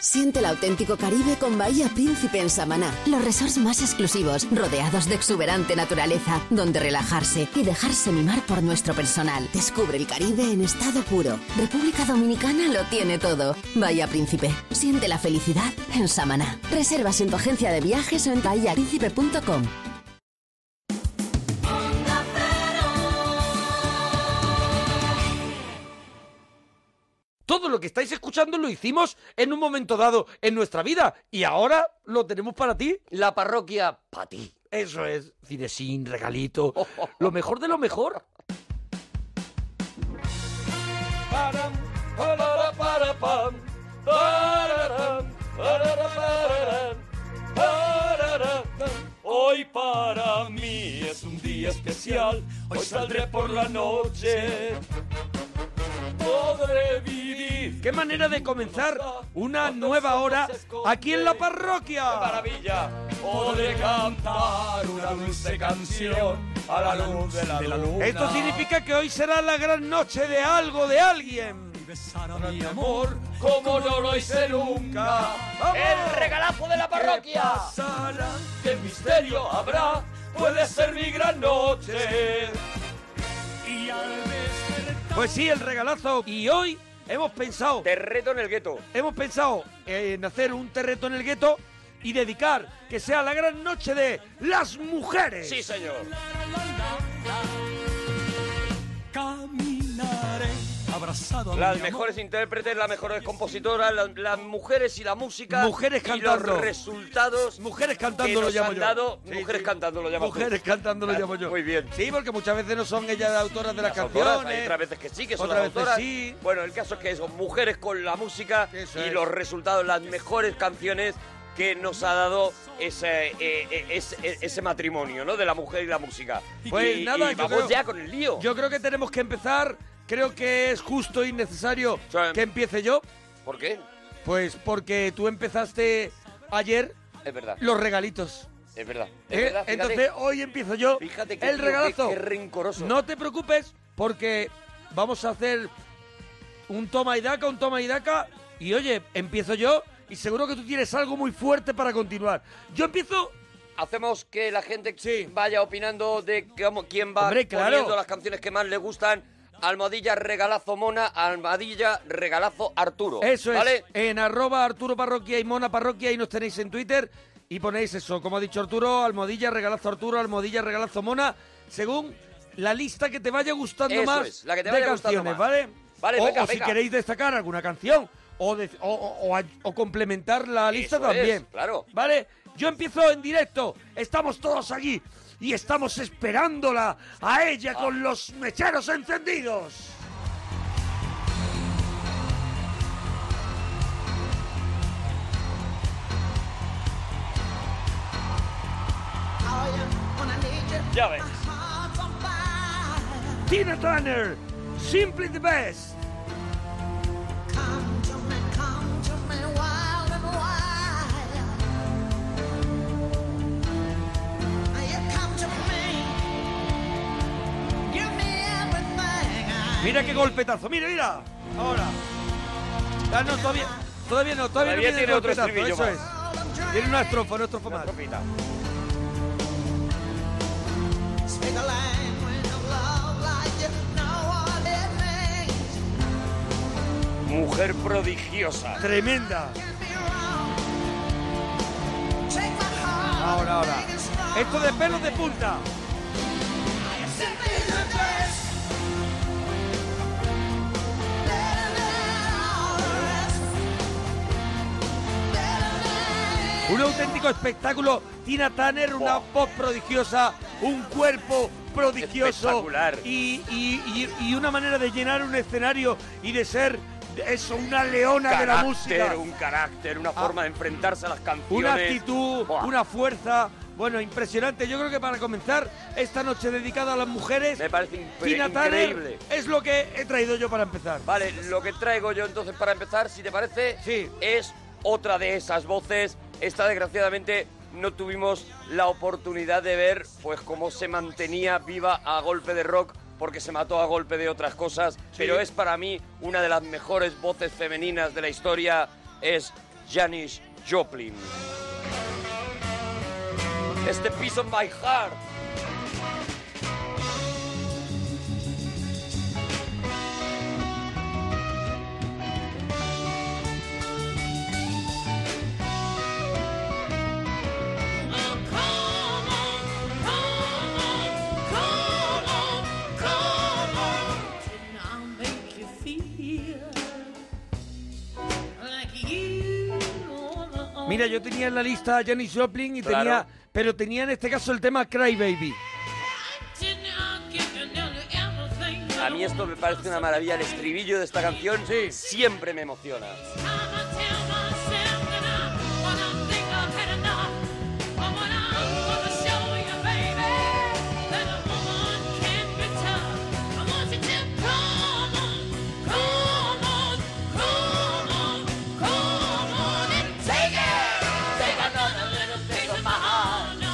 Siente el auténtico Caribe con Bahía Príncipe en Samaná. Los resorts más exclusivos, rodeados de exuberante naturaleza, donde relajarse y dejarse mimar por nuestro personal. Descubre el Caribe en estado puro. República Dominicana lo tiene todo. Bahía Príncipe. Siente la felicidad en Samaná. Reservas en tu agencia de viajes o en bahiapríncipe.com. Todo lo que estáis escuchando lo hicimos en un momento dado en nuestra vida y ahora lo tenemos para ti. La parroquia para ti. Eso es, cine sin regalito, lo mejor de lo mejor. Param, parara, para, pam, pararam, parara, pararam, parara, tam. (laughs) Hoy para mí es un día especial, hoy saldré por la noche. Podré vivir. Qué manera de comenzar una nueva hora aquí en la parroquia. maravilla! Podré cantar una dulce canción a la luz de la luna. Esto significa que hoy será la gran noche de algo, de alguien. mi amor como no lo hice nunca. El regalazo de la parroquia. ¿Qué pasará? ¿Qué misterio habrá? Puede ser mi gran noche. Y al Pues sí, el regalazo. Y hoy hemos pensado. Terreto en el gueto. Hemos pensado en hacer un terreto en el gueto y dedicar que sea la gran noche de las mujeres. Sí, señor. Abrazado Las mejores intérpretes, las mejores compositoras, la- las, mujeres y la música. Mujeres y cantando. los resultados. Mujeres cantando que lo nos llamo han yo. dado. Sí, mujeres cantando lo llamo tú. Mujeres cantando Ah, lo llamo yo. Muy bien. Sí, porque muchas veces no son ellas las autoras de las, autoras, canciones. hay otras veces que sí, que son otras las veces autoras. sí. Bueno, el caso es que son mujeres con la música y es. los resultados, las mejores canciones que nos ha dado ese, eh, eh, ese, ese matrimonio, ¿no? De la mujer y la música. Pues Y- nada, y yo vamos creo- ya con el lío. Yo creo que tenemos que empezar. Creo que es justo y necesario que empiece yo. ¿Por qué? Pues porque tú empezaste ayer. Es verdad. Los regalitos. Es verdad. es ¿eh? verdad, fíjate. Entonces hoy empiezo yo. Fíjate qué el tío, regalazo. qué- qué rencoroso. No te preocupes porque vamos a hacer un toma y daca, un toma y daca. Y oye, empiezo yo y seguro que tú tienes algo muy fuerte para continuar. Yo empiezo. Hacemos que la gente vaya opinando de cómo- quién va Hombre, claro. poniendo las canciones que más le gustan. Almohadilla regalazo Mona, Almohadilla regalazo Arturo. Eso ¿vale? es. En arroba Arturo Parroquia y Mona Parroquia y nos tenéis en Twitter y ponéis eso, como ha dicho Arturo, almohadilla, regalazo Arturo, almohadilla, regalazo Mona, según la lista que te vaya gustando Eso más es, la que te de vaya gustando más. canciones, ¿vale? Vale, o, venga, o si venga. queréis destacar alguna canción o, de- o- o- o a- o complementar la lista Eso también. es, claro. ¿Vale? Yo empiezo en directo. Estamos todos aquí y estamos esperándola a ella Ah. con los mecheros encendidos. Ya ves. Tina Turner, Simply the Best. Mira qué golpetazo, mira, mira. Ahora. Ah, no, todavía, todavía no, todavía, Todavía no tiene el otro golpetazo, estribillo eso es. Tiene una estrofa, una estrofa más. Mujer prodigiosa. Tremenda. Ahora, ahora. Esto de pelos de punta. Un auténtico espectáculo. Tina Turner, una voz prodigiosa, un cuerpo prodigioso. Espectacular. Y, y- y- y una manera de llenar un escenario y de ser eso, una leona de la música. Ah. Carácter, un carácter, una forma de enfrentarse a las canciones. Una actitud, una fuerza. Bueno, impresionante. Yo creo que para comenzar esta noche dedicada a las mujeres, Me parece in- Tina Turner increíble. es lo que he traído yo para empezar. Vale, lo que traigo yo entonces para empezar, si te parece, es otra de esas voces. Esta desgraciadamente no tuvimos la oportunidad de ver pues cómo se mantenía viva a golpe de rock porque se mató a golpe de otras cosas, pero es para mí una de las mejores voces femeninas de la historia es Janis Joplin. It's the piece of my heart. Mira, yo tenía en la lista a Janis Joplin y Claro. tenía, pero tenía en este caso el tema Cry Baby. A mí esto me parece una maravilla. El estribillo de esta canción siempre me emociona. Yeah, yeah.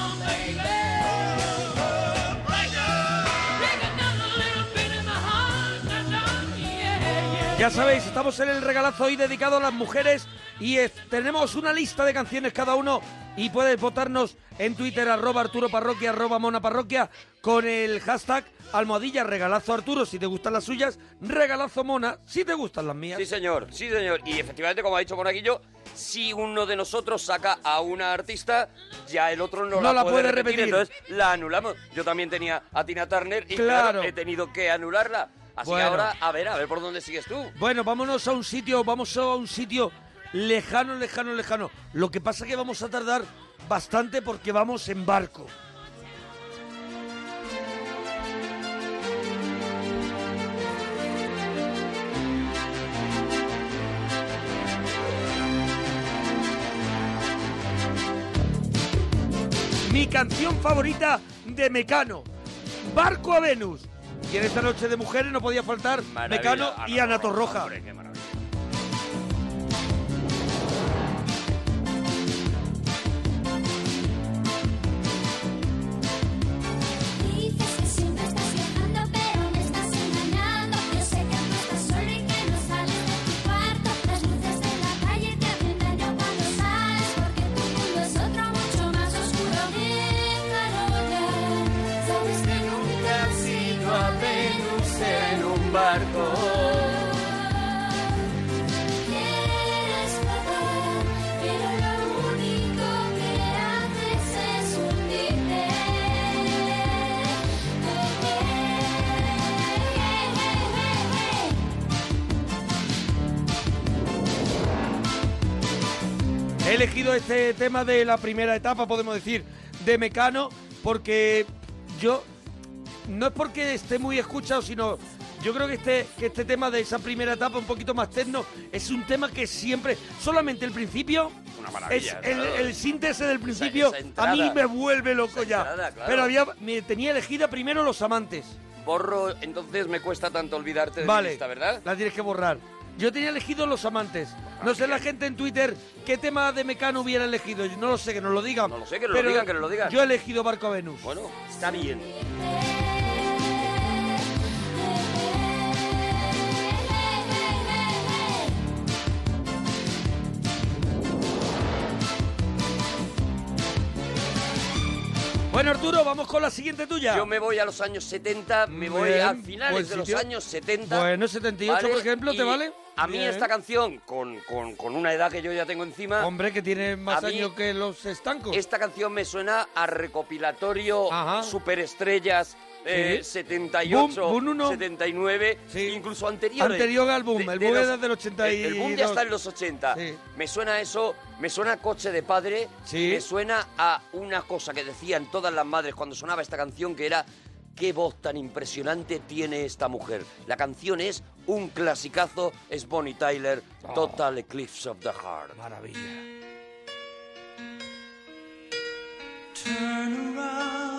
Ya sabéis, estamos en el regalazo hoy dedicado a las mujeres y es- tenemos una lista de canciones cada uno y puedes votarnos en Twitter arroba Arturo Parroquia, arroba Mona Parroquia con el hashtag almohadilla regalazo Arturo si te gustan las suyas, regalazo Mona si te gustan las mías. Sí, señor, sí, señor. Y efectivamente, como ha dicho Monaguillo, si uno de nosotros saca a una artista, ya el otro no, No la puede repetir. Entonces la anulamos. Yo también tenía a Tina Turner y claro, Claro. he tenido que anularla. Así Bueno. que ahora, a ver, a ver por dónde sigues tú. Bueno, vámonos a un sitio, vamos a un sitio lejano, lejano, lejano. Lo que pasa es que vamos a tardar bastante porque vamos en barco. Mi canción favorita de Mecano, Barco a Venus. Y en esta noche de mujeres no podía faltar Maravilla. Ah, Mecano y Ana Torroja. Hombre, qué maravilla. Dices que siempre estás viajando, pero me estás engañando. Yo sé que no estás sola y que no sales de tu cuarto. Las luces de la calle te hacen daño cuando sales, porque tu mundo es otro mucho más oscuro. Déjalo ya, sabes que nunca has sido a Venus en un barco. Quieres flotar, pero lo único que haces es hundirte. He elegido este tema de la primera etapa, podemos decir, de Mecano, porque yo no es porque esté muy escuchado, sino yo creo que este, que este tema de esa primera etapa, un poquito más techno, es un tema que siempre, solamente el principio, Una maravilla, es el, claro. el síntesis del principio, esa entrada. a mí me vuelve loco Esa ya. entrada, claro. Pero había, me tenía elegida primero Los Amantes. Borro, entonces me cuesta tanto olvidarte de mi Vale, lista, ¿verdad? Ah, la tienes que borrar. Yo tenía elegido Los Amantes. No sé la gente en Twitter qué tema de Mecano hubiera elegido. Yo No lo sé, que nos lo digan. No lo sé, que nos lo digan, que nos lo digan. Yo he elegido Barco a Venus. Bueno, Está bien. Bueno, Arturo, vamos con la siguiente tuya. Yo me voy a los años 70, me voy Bien, a finales buen de los sitio. años 70. Bueno, 78, por ejemplo, Y ¿te vale? A mí Bien. esta canción, con, con- con una edad que yo ya tengo encima... Hombre, que tiene más a mí- años que los estancos. Esta canción me suena a recopilatorio superestrellas eh, Sí. 78, Boom, Boom uno. 79, incluso eh. anteriores. Anterior al boom, el boom los- era del 82. El boom ya está en los 80. Me suena a eso, me suena a coche de padre, Sí. me suena a una cosa que decían todas las madres cuando sonaba esta canción que era qué voz tan impresionante tiene esta mujer. La canción es un clasicazo, es Bonnie Tyler, Total Eclipse of the Heart. Oh. Maravilla. Turn around.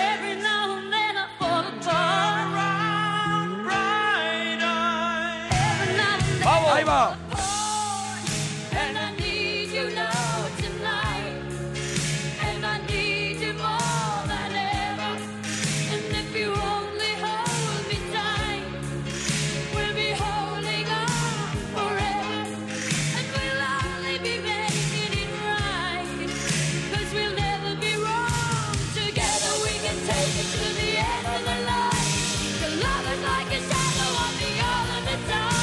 Every now and then I fall apart. Every now and then ¡Vamos! Ahí va. And I need you now tonight. And I need you more than ever. And if you only hold me tight, we'll be holding on forever. And we'll only be making it right. Cause we'll never be wrong. Together we can take it to the end of the line. The love is like a shadow on the other side.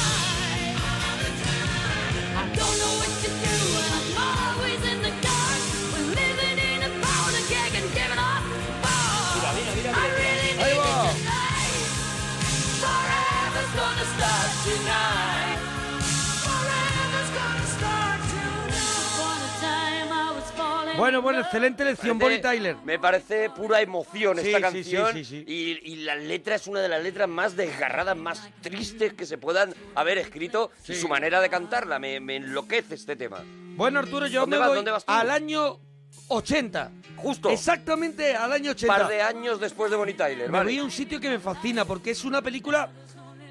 Bueno, bueno, excelente lección, Bonnie Tyler. Me parece pura emoción Sí, esta sí, sí, canción. sí, sí. Y, y la letra es una de las letras más desgarradas, más tristes que se puedan haber escrito. Y su manera de cantarla. Me, me enloquece este tema. Bueno, Arturo, yo ¿Dónde me vas- voy dónde vas tú? al año 80. Justo. Exactamente al año 80. Par de años después de Bonnie Tyler. Me vale. voy a un sitio que me fascina porque es una película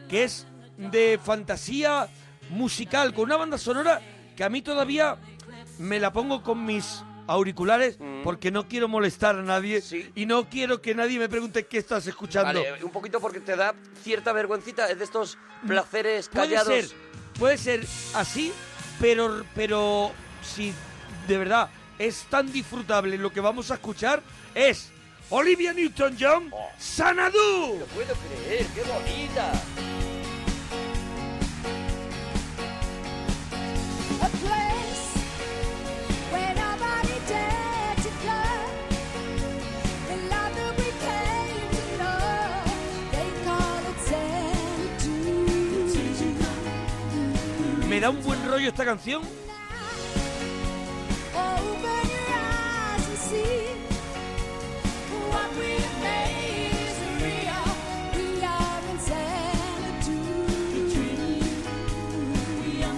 que es de fantasía musical, con una banda sonora que a mí todavía me la pongo con mis auriculares Mm. porque no quiero molestar a nadie y no quiero que nadie me pregunte qué estás escuchando. Vale, un poquito porque te da cierta vergüencita. Es de estos placeres Puede callados. ser, puede ser así, pero, pero si de verdad es tan disfrutable lo que vamos a escuchar es Olivia Newton-John, Sanadu. No puedo creer, qué bonita. A place where nobody dared to go. The love that we came to know, they call it Xanadu. Me da un buen rollo esta canción. Open your eyes and see what we made is real. We are in Xanadu. We are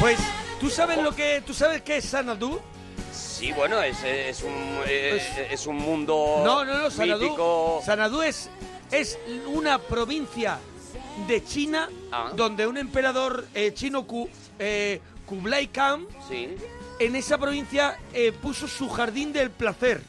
Pues, ¿tú sabes lo que tú sabes qué es Sanadu? Sí, bueno, es, es un, es, es un mundo Pues No, no, no, Sanadú. mítico. Sanadú es, es una provincia de China donde un emperador eh, chino Ku- eh, Kublai Khan en esa provincia eh, puso su jardín del placer.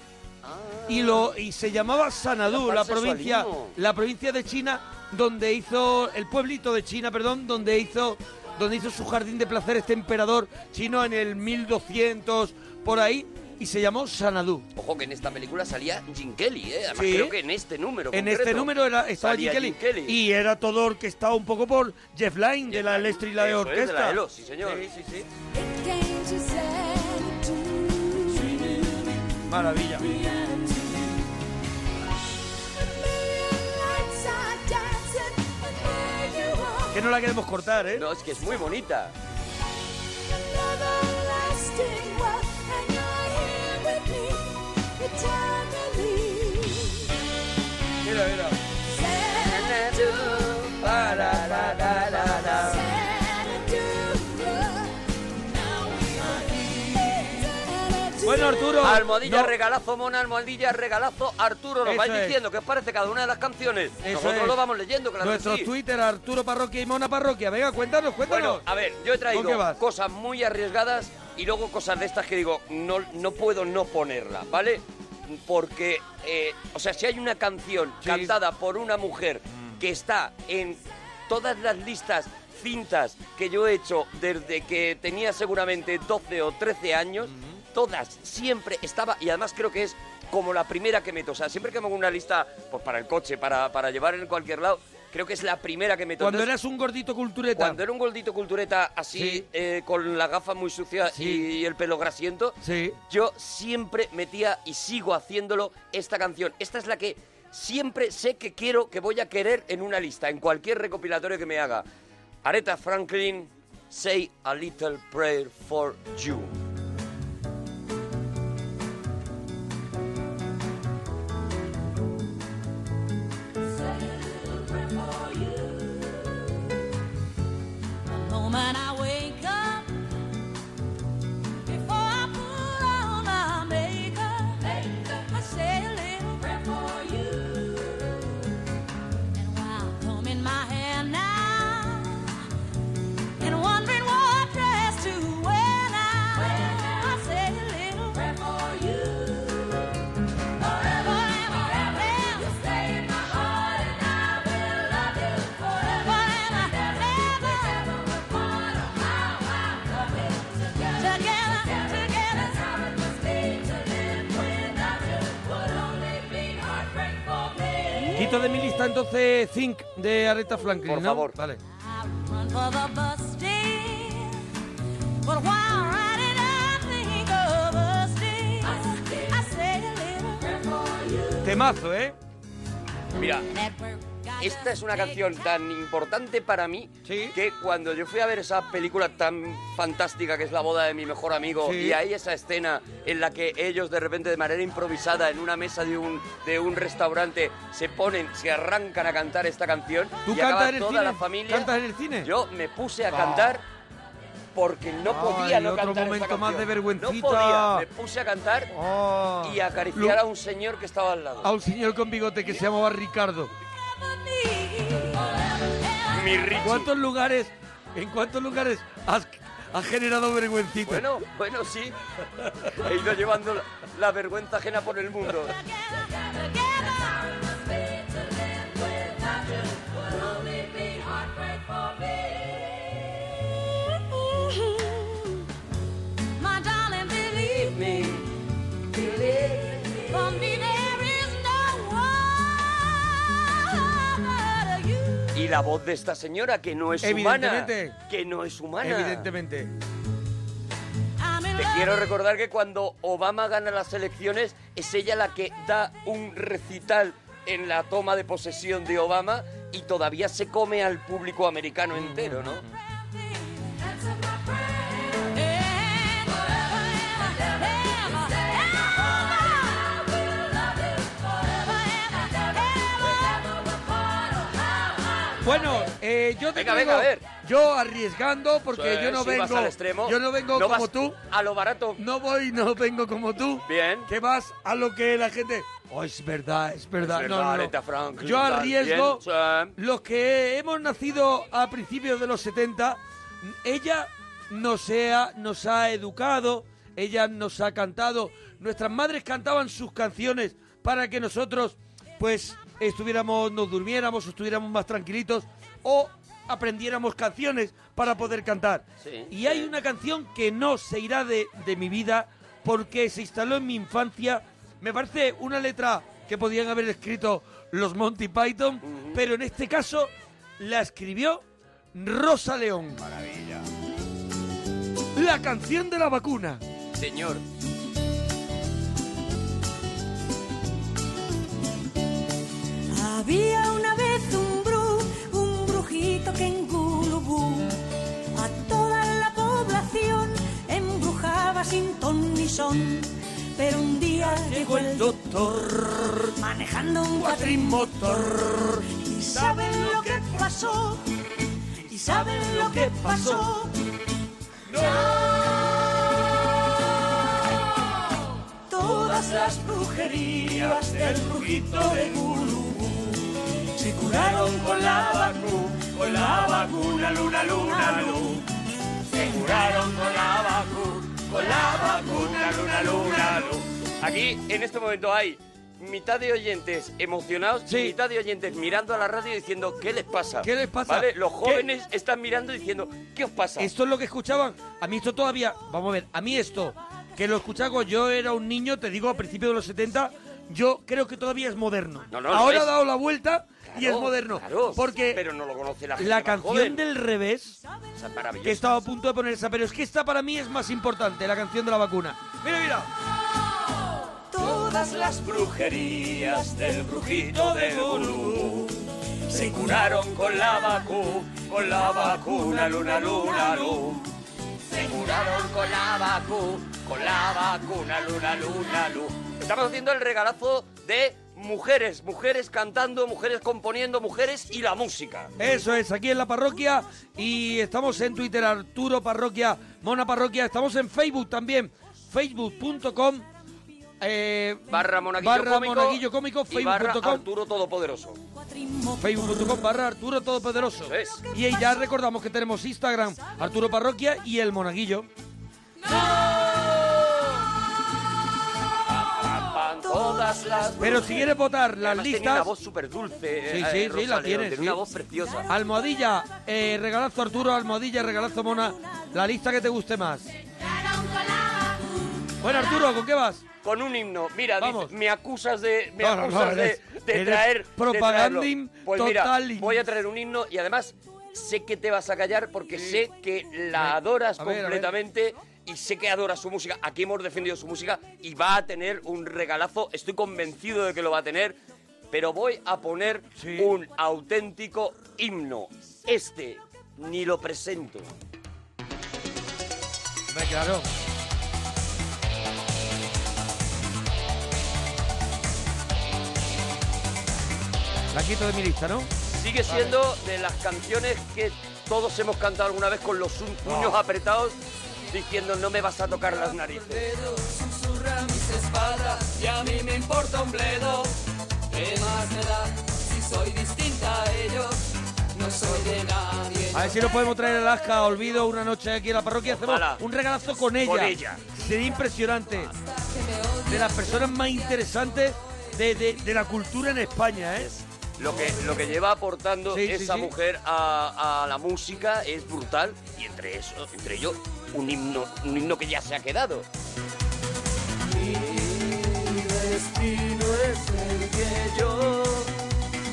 Y, lo, y se llamaba Sanadú, Capaz la provincia, sexualismo. la provincia de China donde hizo, el pueblito de China, perdón, donde hizo, donde hizo su jardín de placer este emperador chino en el 1200, por ahí, y se llamó Sanadú. Ojo que en esta película salía Jim Kelly, ¿eh? Además Sí. creo que en este número En concreto este número era, estaba Jim salía Kelly, Y era todo orquestado un poco por Jeff Lynne de la Electric Light Eso es, de Orquesta. la ELO, sí, señor. Maravilla. Que no la queremos cortar, ¿eh? No, es que es muy bonita. Mira, mira. Bueno, Arturo, Almohadilla, no- regalazo, mona, almohadilla, regalazo, Arturo. Nos Eso vais es. diciendo que os parece cada una de las canciones. Eso Nosotros es. lo vamos leyendo, claro que Nuestro sí. Twitter, Arturo Parroquia y Mona Parroquia. Venga, cuéntanos, cuéntanos. Bueno, a ver, yo he traído ¿Con qué vas? cosas muy arriesgadas y luego cosas de estas que digo, no, no puedo no ponerla, ¿vale? Porque, eh, o sea, si hay una canción cantada por una mujer Mm. que está en todas las listas cintas que yo he hecho desde que tenía seguramente 12 o 13 años, Mm. todas, siempre estaba, y además creo que es como la primera que meto, o sea, siempre que me hago una lista, pues para el coche, para, para llevar en cualquier lado, creo que es la primera que meto. Cuando Entonces, eras un gordito cultureta. cuando era un gordito cultureta así, Sí. eh, con la gafa muy sucia y el pelo grasiento, Sí. yo siempre metía y sigo haciéndolo esta canción. Esta es la que siempre sé que quiero, que voy a querer en una lista, en cualquier recopilatorio que me haga. Aretha Franklin, Say a Little Prayer for You. moment I wake up, before I put on my makeup, I say a little prayer for you. And while combing my hair now, and wondering what dress to wear now, Quito de mi lista entonces Think de Aretha Franklin. Por favor. Vale. run for the bus stand. But while riding, I think of us dear. I say a little prayer for you. Temazo, ¿eh? Mira, esta es una canción tan importante para mí que cuando yo fui a ver esa película tan fantástica que es La boda de mi mejor amigo Sí. y ahí esa escena en la que ellos de repente de manera improvisada en una mesa de un, de un restaurante se ponen, se arrancan a cantar esta canción ¿Tú y cantas acaba en el toda cine? la familia. ¿Cantas en el cine? Yo me puse a Ah. cantar porque no Ah, podía el no otro cantar esta momento más canción. de vergüencita. Ah. No podía, me puse a cantar y a acariciar Lu- a un señor que estaba al lado. A un señor con bigote que se llamaba Ricardo. Mi Richie. ¿Cuántos lugares, en cuántos lugares has, has generado vergüencita? Bueno, bueno, sí. He ido llevando la, la vergüenza ajena por el mundo. Mm-hmm. My darling, believe me. Believe For me, there is no one. You Y la voz de esta señora que no es humana. Evidentemente. Que no es humana. Evidentemente. Te quiero recordar que cuando Obama gana las elecciones es ella la que da un recital en la toma de posesión de Obama y todavía se come al público americano entero, ¿no? Mm. Bueno, eh, yo te Venga, digo, venga, a ver. yo arriesgando porque Sí, yo no sí, vengo vas al extremo. yo no vengo No como vas tú, a lo barato. No voy, no vengo como tú. Bien. Que vas a lo que la gente Oh, es verdad, es verdad. Es no, verdad, no. Aretha Franklin, Yo tal, arriesgo bien, los que hemos nacido a principios de los 70. Ella nos ha, nos ha educado, ella nos ha cantado. Nuestras madres cantaban sus canciones para que nosotros, pues, estuviéramos, nos durmiéramos, estuviéramos más tranquilitos o aprendiéramos canciones para poder cantar. Sí. Y hay una canción que no se irá de, de mi vida porque se instaló en mi infancia. Me parece una letra que podían haber escrito los Monty Python, pero en este caso la escribió Rosa León. Maravilla. La canción de la vacuna. Señor. Había una vez un bru, un brujito que en Gulubú a toda la población embrujaba sin ton ni son. Pero un día llegó el doctor manejando un cuatrimotor y saben lo que pasó, y saben lo que pasó. Todas las brujerías del brujito de Gulubú se curaron con la vacuna, con la vacuna, luna, luna, luna. Se curaron con la vacuna, con la vacuna, luna, luna, luna. Aquí en este momento hay mitad de oyentes emocionados y mitad de oyentes mirando a la radio diciendo ¿qué les pasa? ¿Qué les pasa? ¿Vale? Los ¿Qué? jóvenes están mirando diciendo ¿qué os pasa? Esto es lo que escuchaban. A mí esto todavía. Vamos a ver, a mí esto, que lo escuchaba cuando yo era un niño, te digo, a principios de los 70, yo creo que todavía es moderno. no, lo Ahora es. ha dado la vuelta y es Claro, moderno. claro, porque pero no lo conoce la gente la más canción joven. del revés, O sea, maravilloso. que estaba a punto de ponerse, pero es que esta para mí es más importante, la canción de la vacuna. Mira, mira. Todas las brujerías del brujito de Gulú se curaron con la vacuna, con la vacuna, luna, luna, luna. Se curaron con la vacuna, con la vacuna, luna, luna, luna. Estamos haciendo el regalazo de mujeres, mujeres cantando, mujeres componiendo, mujeres y la música. Eso es, aquí en la parroquia y estamos en Twitter, Arturo Parroquia, Mona Parroquia, estamos en Facebook también, facebook.com. eh, Barra Monaguillo barra Cómico Monaguillo Cómico, y barra facebook.com, Arturo Todopoderoso. facebook.com barra Arturo Todopoderoso. Eso es. Y ahí ya recordamos que tenemos Instagram, Arturo Parroquia y el Monaguillo. Todas las Pero si quieres votar las Además, listas... tenía una voz eh, súper dulce. eh, Sí, sí, sí, la tienes. sí. Una voz preciosa. Almohadilla, eh, regalazo Arturo, almohadilla, regalazo Mona, la lista que te guste más. Bueno, Arturo, ¿con qué vas? con un himno. Mira, dice, Vamos. me acusas de, me No, no, acusas no, de- eres- de, eres traer de propagandin traerlo. Pues mira, totalis. voy a traer un himno y además sé que te vas a callar porque sé que la adoras a ver, a ver. completamente y sé que adoras su música. Aquí hemos defendido su música y va a tener un regalazo. Estoy convencido de que lo va a tener. Pero voy a poner un auténtico himno. Este ni lo presento. claro. La quito de mi lista, ¿no? Sigue siendo de las canciones que todos hemos cantado alguna vez con los un- puños apretados diciendo no me vas a tocar las narices. Susurra mis espaldas y a mí me importa un bledo. ¿Qué más me da si soy distinta a ellos? No soy de nadie. A ver si nos podemos traer a Alaska, olvido una noche aquí en la parroquia. Hacemos Ojalá. un regalazo con ella. Con ella. Sería impresionante. De las personas más interesantes de, de- de la cultura en España, ¿eh? Lo que, lo que lleva aportando Sí, sí, esa sí. mujer a, a la música es brutal y entre eso, entre ello, un himno, un himno que ya se ha quedado. Mi destino es el que yo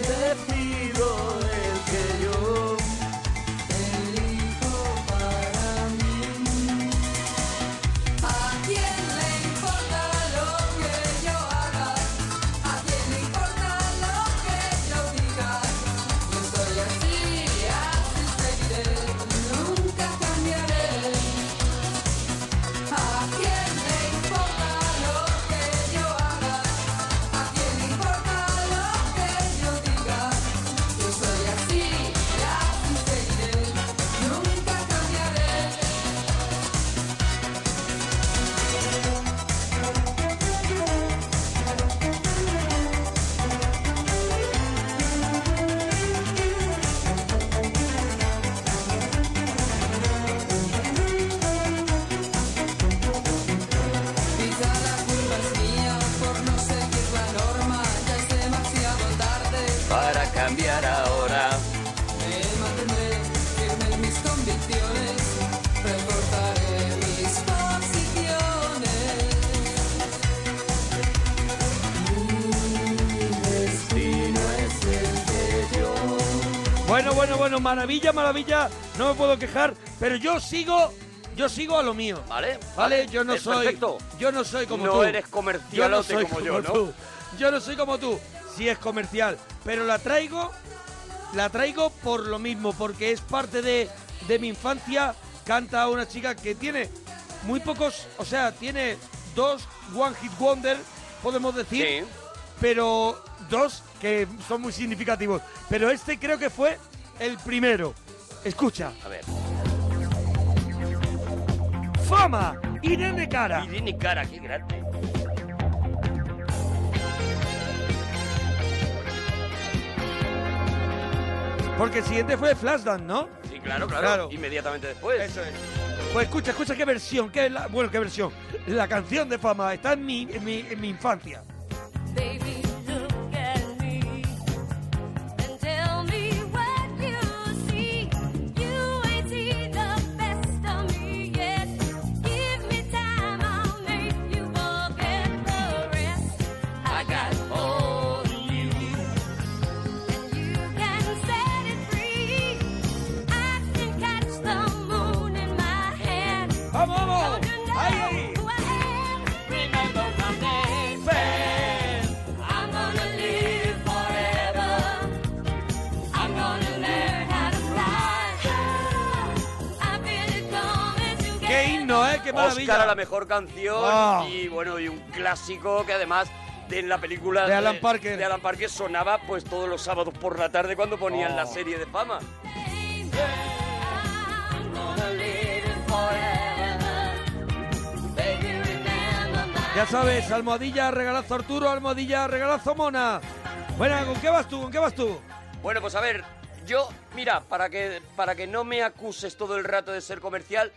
decido, el que yo elijo para mí. ¿A quién le importa lo que yo haga? ¿A quién le importa lo que yo diga? Yo soy así, así seguiré, nunca cambiaré. ¿A quién le importa lo que yo haga? ¿A quién le importa lo que yo diga? Yo soy así, y así seguiré, nunca cambiaré. Quizá la culpa es mía por no seguir la norma, ya es demasiado tarde. Para cambiar ahora. Me mantendré firme en mis convicciones, recortaré mis posiciones. Mi destino es el que yo. Bueno, bueno, bueno, maravilla, maravilla. No me puedo quejar, pero yo sigo, yo sigo a lo mío. Vale. Vale, yo no Es soy. perfecto. Yo no soy como No tú. eres comercialote soy como yo, ¿no? tú. Yo no soy como tú. Sí es comercial, pero la traigo, la traigo por lo mismo, porque es parte de, de mi infancia. Canta una chica que tiene muy pocos, o sea, tiene dos One Hit Wonder, podemos decir, pero dos que son muy significativos. Pero este creo que fue el primero. Escucha. A ver. Fama, Irene Cara. Irene Cara, qué grande. Porque el siguiente fue Flashdance, ¿no? Sí, claro, claro, Claro. Inmediatamente después. Eso es. Pues escucha, escucha qué versión, qué la- bueno, qué versión. La canción de fama está en mi, en mi, en mi infancia. Baby, look at me and tell me what you see. You ain't seen the best of me yet. Give me time, I'll make you forget the rest. I got all of you, and you can set it free. I can catch the moon in my hand. Vamos, vamos. Ahí. Remember my name, I'm gonna live forever. I'm gonna learn how to fly. I feel it coming together. Qué himno, ¿eh? Qué maravilla. Oscar a la mejor canción Ah. y bueno, y un clásico que además de en la película De Alan Parker. de Alan Parker sonaba pues todos los sábados por la tarde cuando ponían Oh. la serie de fama. I'm gonna live it forever. Baby, remember my Ya sabes, almohadilla, regalazo Arturo, almohadilla, regalazo Mona. Bueno, ¿con qué vas tú? ¿Con qué vas tú? Bueno, pues a ver, yo, mira, para que, para que no me acuses todo el rato de ser comercial,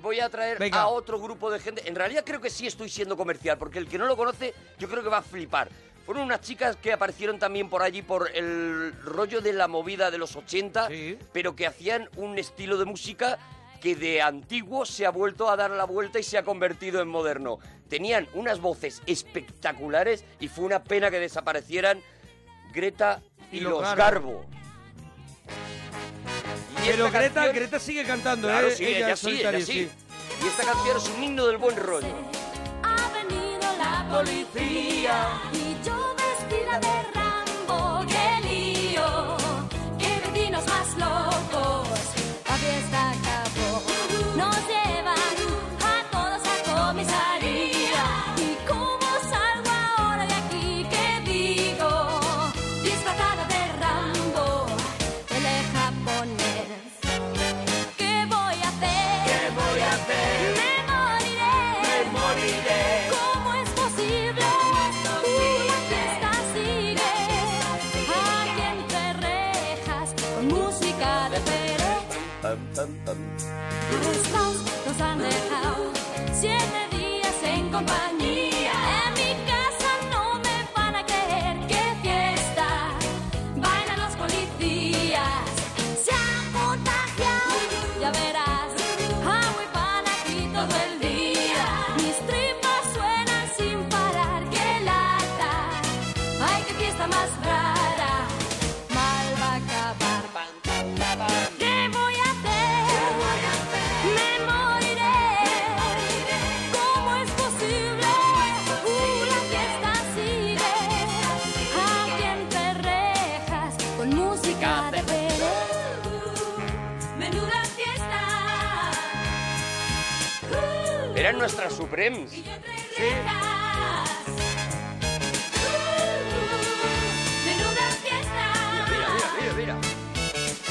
voy a traer Venga. a otro grupo de gente. En realidad creo que sí estoy siendo comercial, porque el que no lo conoce, yo creo que va a flipar. Fueron unas chicas que aparecieron también por allí por el rollo de la movida de los 80, pero que hacían un estilo de música que de antiguo se ha vuelto a dar la vuelta y se ha convertido en moderno. Tenían unas voces espectaculares y fue una pena que desaparecieran Greta y, los Garbo. Y Pero esta Greta, canción- Greta sigue cantando, Claro, ¿eh? sí, ella en sí, ella solitario, sí. Y esta canción es un himno del buen rollo. Ha venido la policía y yo vestida de Rambo. ¡Qué lío! ¡Qué vecinos más locos! La fiesta acabó. Nos llevan a todos a comisaría. ¿Y cómo salgo ahora de aquí? ¿Qué digo? Disfrazada de Rambo, el japonés. ¿Qué voy a hacer? ¿Qué voy a hacer? Me moriré. Me moriré. ¿Cómo es posible? Una fiesta sigue. Aquí entre rejas con música de Pérez. Nos, nos han dejado siete días en compañía. En mi casa no me van a creer qué fiesta. Bailan los policías, se han contagiado. Ya verás, agua y pan aquí todo el día. Mis tripas suenan sin parar, qué lata. Ay, qué fiesta más rara. Mal va a acabar. ¿Qué voy a hacer? Me moriré. ¿Cómo es posible? Una fiesta sigue. Aquí entre rejas con música de Pérez. Menuda fiesta. Eran nuestras Supremes. ¿Eh? Uh, Menuda fiesta. Mira, mira, mira,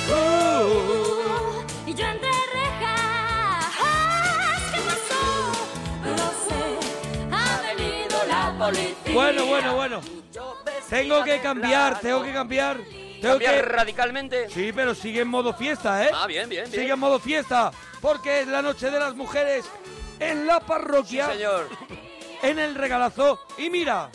Uh, Y yo entre rejas. ¿Qué pasó? No sé. Ha venido la policía. Bueno, bueno, bueno. Tengo que cambiar, tengo que cambiar. Tengo ¿Cambiar que... radicalmente? Sí, pero sigue en modo fiesta, ¿eh? Ah, bien, bien, bien. Sigue en modo fiesta, porque es la noche de las mujeres en la parroquia. Sí, señor. En el regalazo. Y mira.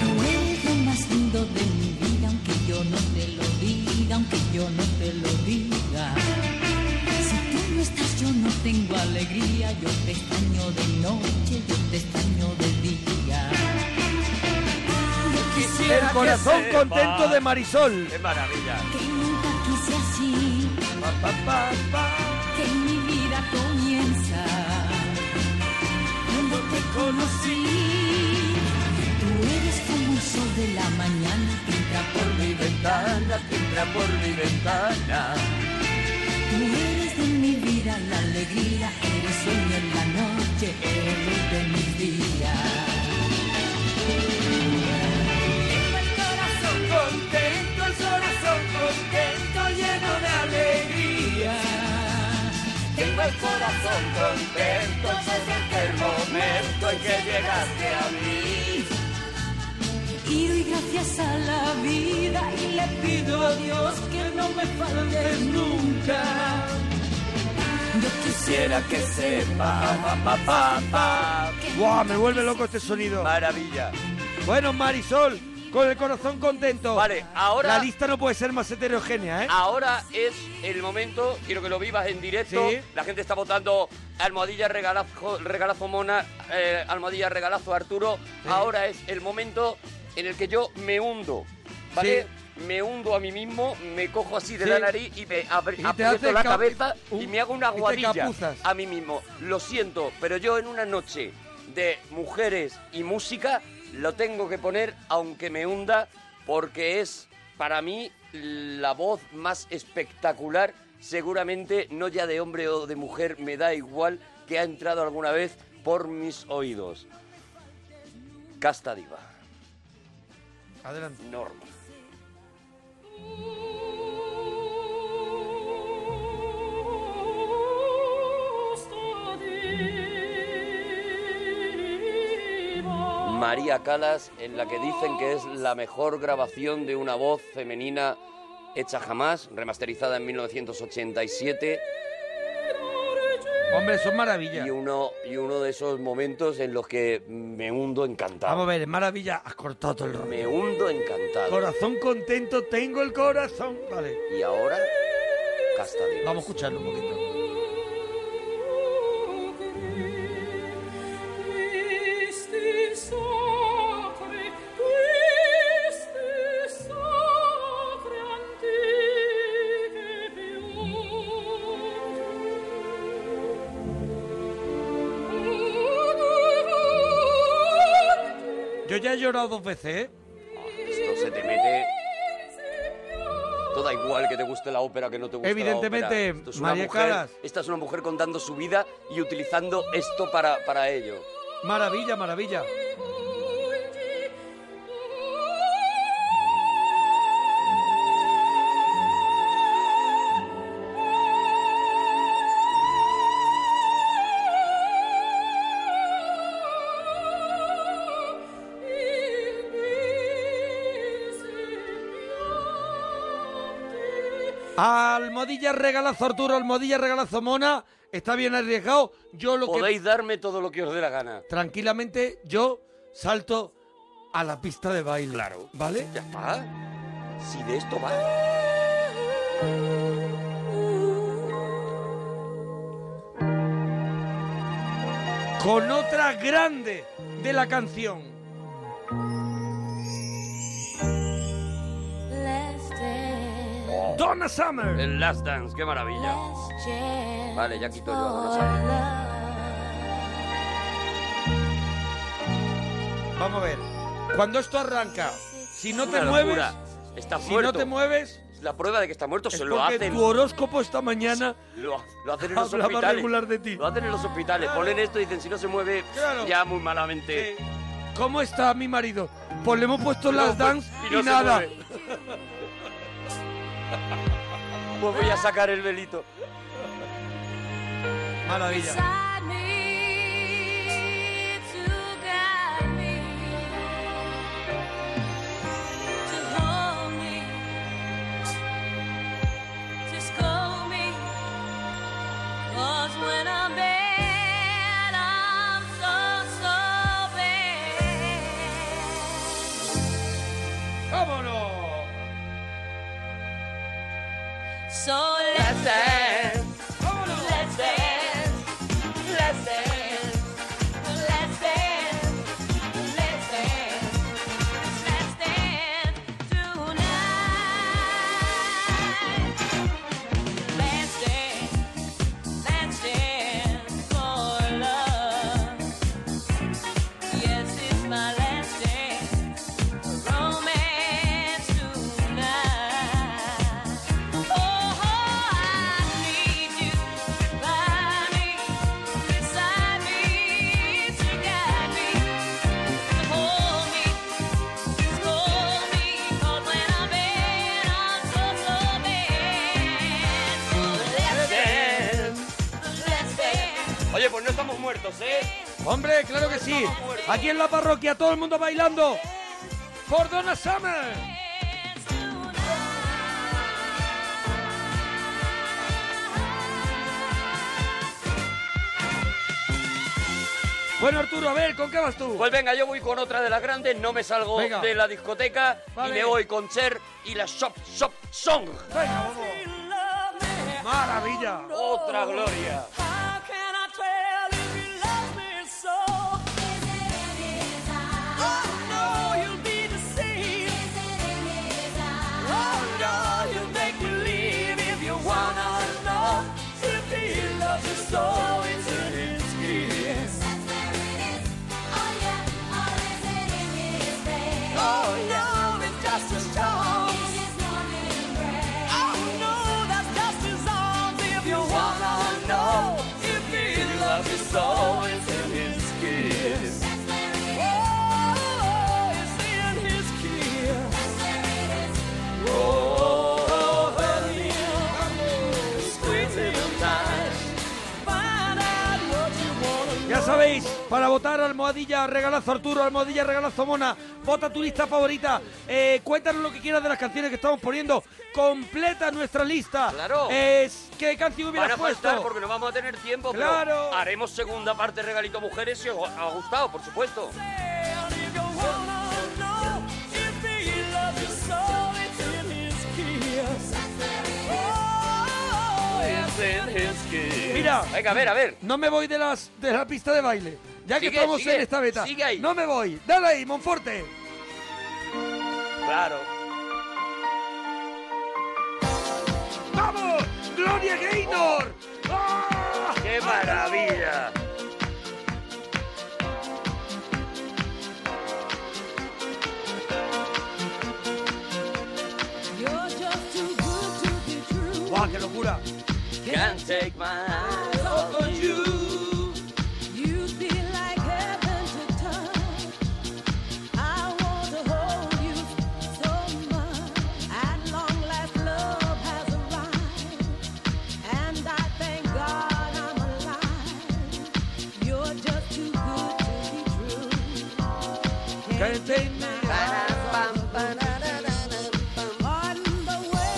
Tú eres lo más lindo de mi vida, aunque yo no te lo diga, aunque yo no te lo diga. Si tú no estás, yo no tengo alegría, yo te extraño de noche, yo te extraño de día. Yo quisiera El corazón que contento sepas de Marisol. Qué maravilla. Que nunca quise así, que mi vida comienza. Cuando te conocí. Tú eres como el sol de la mañana que entra por mi ventana, que entra por mi ventana. Tú eres de mi vida la alegría, eres sueño en la noche, eres luz de mis días. Tengo el corazón contento, el corazón contento, lleno de alegría. Tengo el corazón contento desde aquel momento en que llegaste a mí. Y doy gracias a la vida y le pido a Dios que no me faltes nunca. Yo Quisiera que sepa, papá, papá. ¡Guau! Me vuelve loco este sonido. Maravilla. Bueno, Marisol, con el corazón contento. Vale, ahora- La lista no puede ser más heterogénea, ¿eh? Ahora es el momento, quiero que lo vivas en directo. Sí. La gente está votando almohadilla regalazo, regalazo mona, eh, almohadilla regalazo Arturo. Ahora es el momento en el que yo me hundo, ¿vale? Me hundo a mí mismo, me cojo así de Sí. la nariz y me abri- Y te aprieto haces la ca- cabeza y un- me hago una y te guadilla capuzas. a mí mismo. Lo siento, pero yo en una noche de mujeres y música lo tengo que poner aunque me hunda porque es para mí la voz más espectacular, seguramente no ya de hombre o de mujer, me da igual que ha entrado alguna vez por mis oídos. Casta diva. Adelante. Norma. María Calas, en la que dicen que es la mejor grabación de una voz femenina hecha jamás, remasterizada en 1987. Hombre, son maravillas. Y uno, y uno de esos momentos en los que me hundo encantado. Vamos a ver, maravilla, has cortado todo el rollo. Me hundo encantado. Corazón contento, tengo el corazón. Vale. Y ahora, Casta de Vamos a escucharlo un poquito. Questi sacri, questi sacri antiche più. Yo ya he llorado dos veces, ¿eh? Esto se te mete. Toda igual que te guste la ópera, que no te guste Evidentemente, la ópera. Esto es una María mujer- Calas. Esta es una mujer contando su vida y utilizando esto para, para ello. Maravilla, maravilla. Almohadilla regalazo, Arturo, almohadilla regalazo, mona. Está bien arriesgado. Yo lo Podéis que... darme todo lo que os dé la gana. Tranquilamente, yo salto a la pista de baile. Claro. ¿Vale? Ya está. Si de esto va. Con otra grande de la canción. Donna Summer. El Last Dance, qué maravilla. Vale, ya quito yo a Donna Summer. Vamos a ver. Cuando esto arranca, si no te Una mueves, locura. Está si muerto. no te mueves, La prueba de que está muerto es se lo porque hacen. tu horóscopo esta mañana Lo, lo hacen en los Hablaba hospitales. regular de ti. Lo hacen en los hospitales. Claro. Ponen esto y dicen, si no se mueve, Claro. ya muy malamente. ¿Cómo está mi marido? Pues le hemos puesto No, las pues, dance y y, no se nada. mueve. (laughs) Pues voy a sacar el velito. Maravilla. When I'm bad, I'm so, so bad. ¡Vámonos! So let's dance. Let's dance. Let's dance. Let's dance. Let's dance. Let's dance tonight. Let's dance. Let's dance for love. Yes, it's my last dance. Romance Oh, tonight. Oye, pues no estamos muertos, ¿eh? Hombre, claro que sí. Aquí en la parroquia todo el mundo bailando. Por Donna Summer. Bueno, Arturo, a ver, ¿con qué vas tú? Pues venga, yo voy con otra de las grandes, no me salgo Venga. de la discoteca Vale. y me voy con Cher y la Shop Shop Song. Maravilla. Otra gloria. Oh, Oh, Oh no, that's just his arms if you wanna know. Oh, Oh, sabéis, para votar almohadilla, regalazo Arturo, almohadilla, regalazo Mona, vota tu lista favorita, eh, cuéntanos lo que quieras de las canciones que estamos poniendo, completa nuestra lista. Claro. Es, ¿Qué canción Van hubieras a faltar puesto? porque no vamos a tener tiempo, Claro. pero haremos segunda parte de Regalito Mujeres si os ha gustado, por supuesto. Oh, Ah. Mira, Venga, a ver, a ver. No me voy de las de la pista de baile. Ya que Sigue, estamos sigue, en esta beta. sigue ahí. No me voy. Dale ahí, Monforte. Claro. ¡Vamos! ¡Gloria Gaynor! Oh, ¡Qué maravilla! ¡Guau, qué locura! Can't take my eyes off of you. Can't take my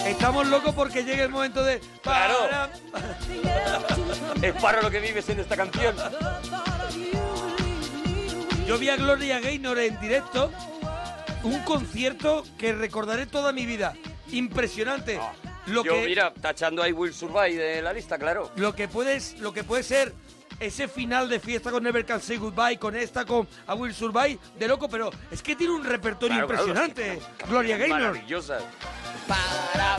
Estamos locos porque llega el momento de. Claro. (laughs) Es para lo que vives en esta canción. Yo vi a Gloria Gaynor en directo, un concierto que recordaré toda mi vida. Impresionante. Lo Yo, que, mira, tachando a I Will Survive de la lista, claro. lo que puedes, lo que puede ser ese final de fiesta con Never Can Say Goodbye, con esta, con I Will Survive, de loco, pero es que tiene un repertorio Claro, claro, impresionante. Gloria Gaynor. Maravillosa. Para,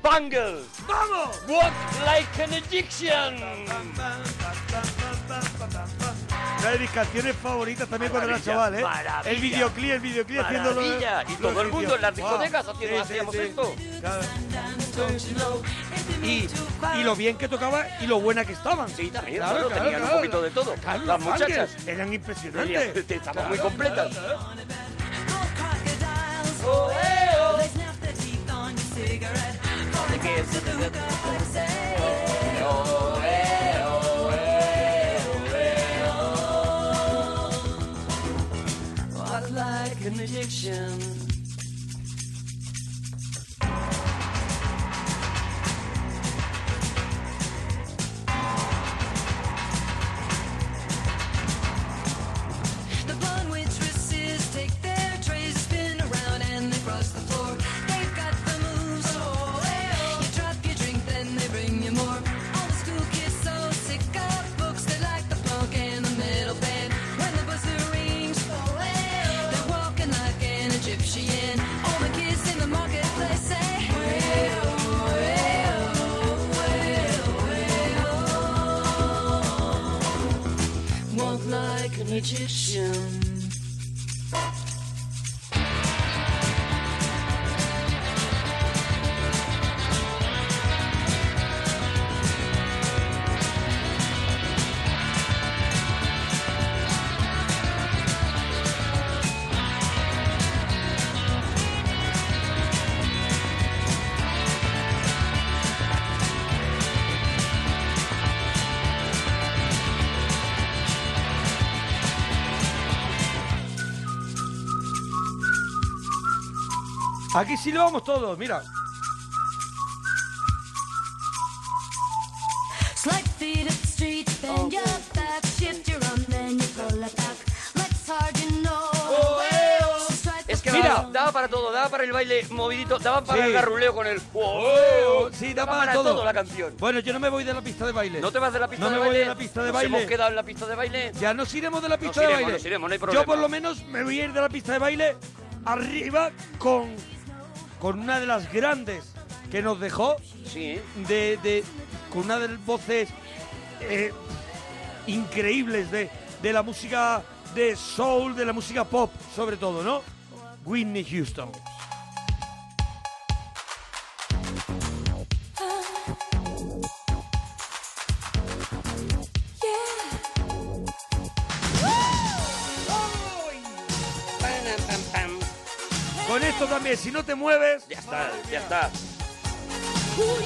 Bangles. ¡Vamos! Walk like an addiction. Una de mis canciones favoritas también cuando era Maravilla, chaval, ¿eh? maravilla. el videoclip, el videoclip haciendo los- Maravilla. Y los todo el mundo en las videos. Guau. discotecas haciendo- Sí, sí, hacíamos sí. esto. Claro. Y, y lo bien que tocaba y lo buena que estaban. Sí, también, claro, tenían un poquito de todo. Las muchachas. eran Tenían- este, impresionantes. estaban muy completas. like an addiction. The blonde waitresses take their trays, spin around, and they cross the floor. They've got the moves. Oh, hey, oh. You drop your drink, then they bring you more. All the school kids so sick of books, they like the punk and the metal band. When the buzzer rings, oh, hey, oh. they're walking like an Egyptian. All the kids in the marketplace say, hey, oh, hey, oh, hey, oh, hey, oh. Walk like an Egyptian. Aquí sí lo vamos todos, mira. oh." Slide feet up the street, bend your back, shift your arm, then you pull it back. Let's hard, you know. So strike Es que the daba, flow. daba para todo, daba para el baile movidito, daba para Sí. Oh, el garruleo con el... Sí, da daba para todo. la canción. Bueno, yo no me voy de la pista de baile. ¿No te vas de la pista No de me baile? voy de la pista de ¿Nos baile. hemos quedado en la pista de baile? Ya nos iremos de la pista iremos, de baile. nos iremos, no hay problema. Yo por lo menos me voy a ir de la pista de baile arriba con, con una de las grandes que nos dejó. Sí. De, de- con una de las voces eh, increíbles de, de la música de soul, de la música pop, sobre todo, ¿no? Whitney Houston. Con esto también, si no te mueves... Ya está, ya está. Uh-huh.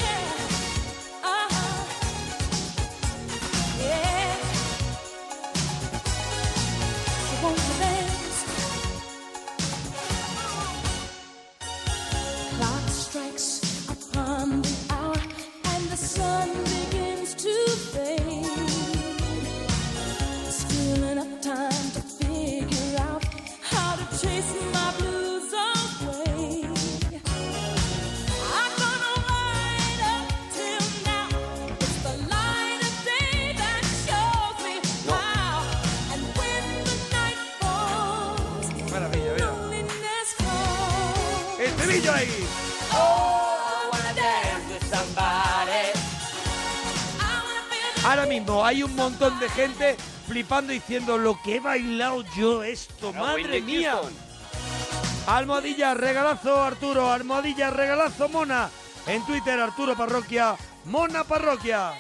Clock strikes upon the hour and the sun begins to fade. Stealing up time to figure out how to chase my blues away. I'm gonna ride up till now. It's the light of day that shows me how. And when the night falls, Maravilla, mira. loneliness falls. El estribillo ahí. Ahora mismo hay un montón de gente flipando diciendo lo que he bailado yo esto, Claro, madre Whitney mía. Houston. Almohadilla, regalazo Arturo, almohadilla, regalazo Mona. En Twitter, Arturo Parroquia, Mona Parroquia.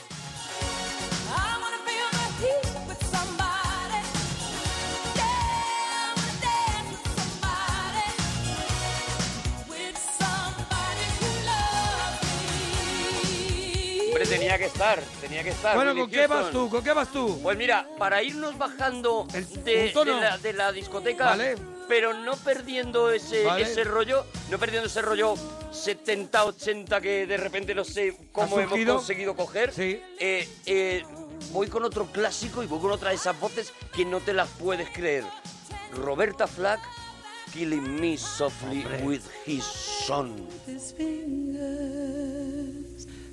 Hombre, tenía que estar, tenía que estar. Bueno, Whitney ¿con qué vas Houston. tú? ¿Con qué vas tú? Pues mira, para irnos bajando de, un tono. de la, de la discoteca, Vale. pero no perdiendo ese, Vale. ese rollo, no perdiendo ese rollo 70-80 que de repente no sé cómo ¿Ha hemos surgido? conseguido coger, eh, eh, voy con otro clásico y voy con otra de esas voces que no te las puedes creer. Roberta Flack, Killing Me Softly with His Son. his fingers,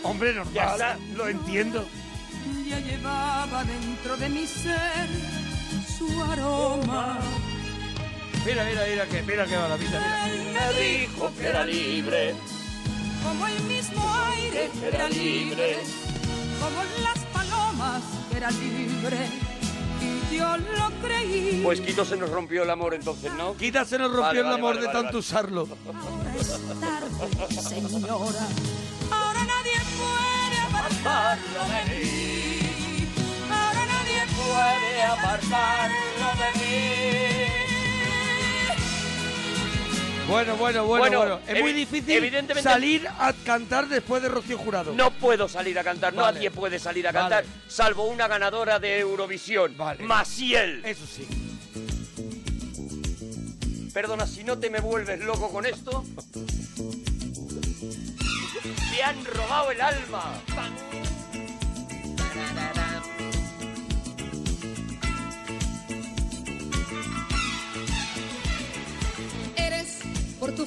Hombre, normal. Ya está. Lo entiendo. ella llevaba dentro de mi ser su aroma. Mira, mira, mira que, mira que va la vida. Mira. Me dijo que era libre. como el mismo aire que era libre, como las palomas que era libre, y yo lo creí. Pues Quito se nos rompió el amor entonces, ¿no? Quita se nos rompió Vale, el vale, amor vale, de vale, vale. tanto usarlo. tarde, señora, ahora nadie puede apartarlo de mí, ahora nadie puede apartarlo de mí. Bueno, bueno, bueno, bueno. Bueno, Es muy evi- difícil evidentemente- salir a cantar después de Rocío Jurado. No puedo salir a cantar, Vale. nadie puede salir a cantar, salvo una ganadora de Eurovisión, Maciel. Eso sí. Perdona, si no te me vuelves loco con esto. Te han robado el alma. Eres por tu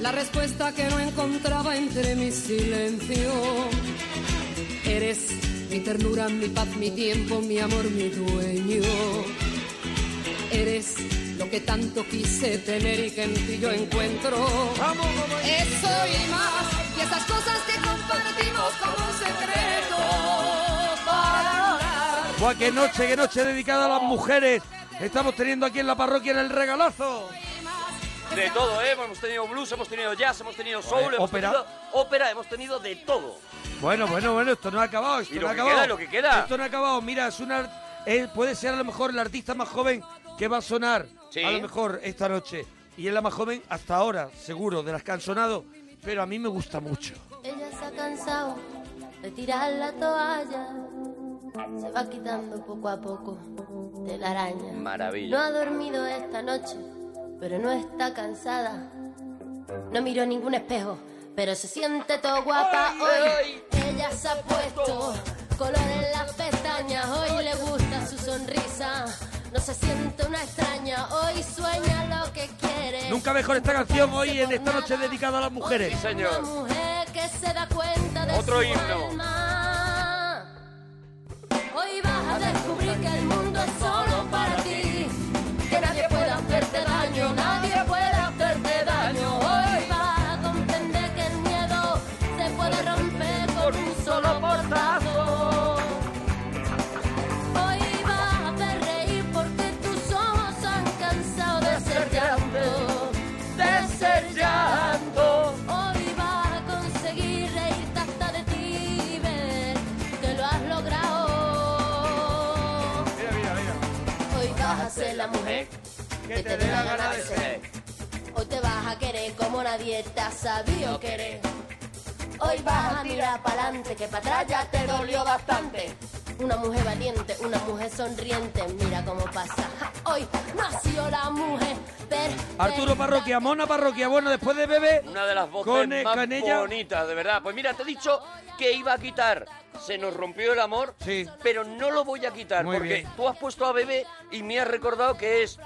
la respuesta que no encontraba entre mi silencio. Eres mi ternura, mi paz, mi tiempo, mi amor, mi dueño. Eres lo que tanto quise tener y que en ti yo encuentro. Eso y más, y esas cosas que compartimos como un secreto para hablar. Buah, qué noche, qué noche dedicada a las mujeres. Estamos teniendo aquí en la parroquia en el regalazo. De todo, ¿eh? Hemos tenido blues, hemos tenido jazz, hemos tenido soul, Joder, hemos ópera. tenido ópera, hemos tenido de todo. Bueno, bueno, bueno, esto no ha acabado. Esto Y lo no ha que acabado. queda, lo que queda. Esto no ha acabado. Mira, es una, eh, puede ser a lo mejor el artista más joven que va a sonar Sí. a lo mejor esta noche. Y es la más joven hasta ahora, seguro, de las que han sonado. Pero a mí me gusta mucho. Ella se ha cansado de tirar la toalla. Se va quitando poco a poco de la araña. No ha Maravilla. dormido esta noche, pero no está cansada. No miró ningún espejo, pero se siente todo guapa Ay, hoy. Ella se ha puesto color en las pestañas, hoy le gusta su sonrisa. No se siente una extraña, hoy sueña lo que quiere. Nunca mejor esta canción hoy en esta noche dedicada a las mujeres. Sí, Una mujer que se da cuenta de Otro su himno. alma. Hoy vas a descubrir que el mundo es solo para ti. Que nadie puede hacerte daño, nadie puede hacerte daño. Hoy vas a comprender que el miedo se puede romper con un solo portazo. Hoy vas a hacer reír porque tus ojos se han cansado de ser llanto. De ser llanto. Hoy vas a conseguir reírte hasta de ti, ver que lo has logrado. Mira, mira, mira. Hoy vas a ser la mujer que te dé la gana de ser. Hoy te vas a querer como nadie te ha sabido querer. Hoy vas a mirar para adelante, que para atrás ya te dolió bastante. Una mujer valiente, una mujer sonriente, mira cómo pasa. Ja, Hoy nació la mujer perfecta. Arturo Parroquia, Mona Parroquia. Bueno, después de Bebé. Una de las voces Con el más Canella. bonitas, de verdad. Pues mira, te he dicho que iba a quitar. Se nos rompió el amor, pero no lo voy a quitar Muy porque bien. tú has puesto a Bebé y me has recordado que es,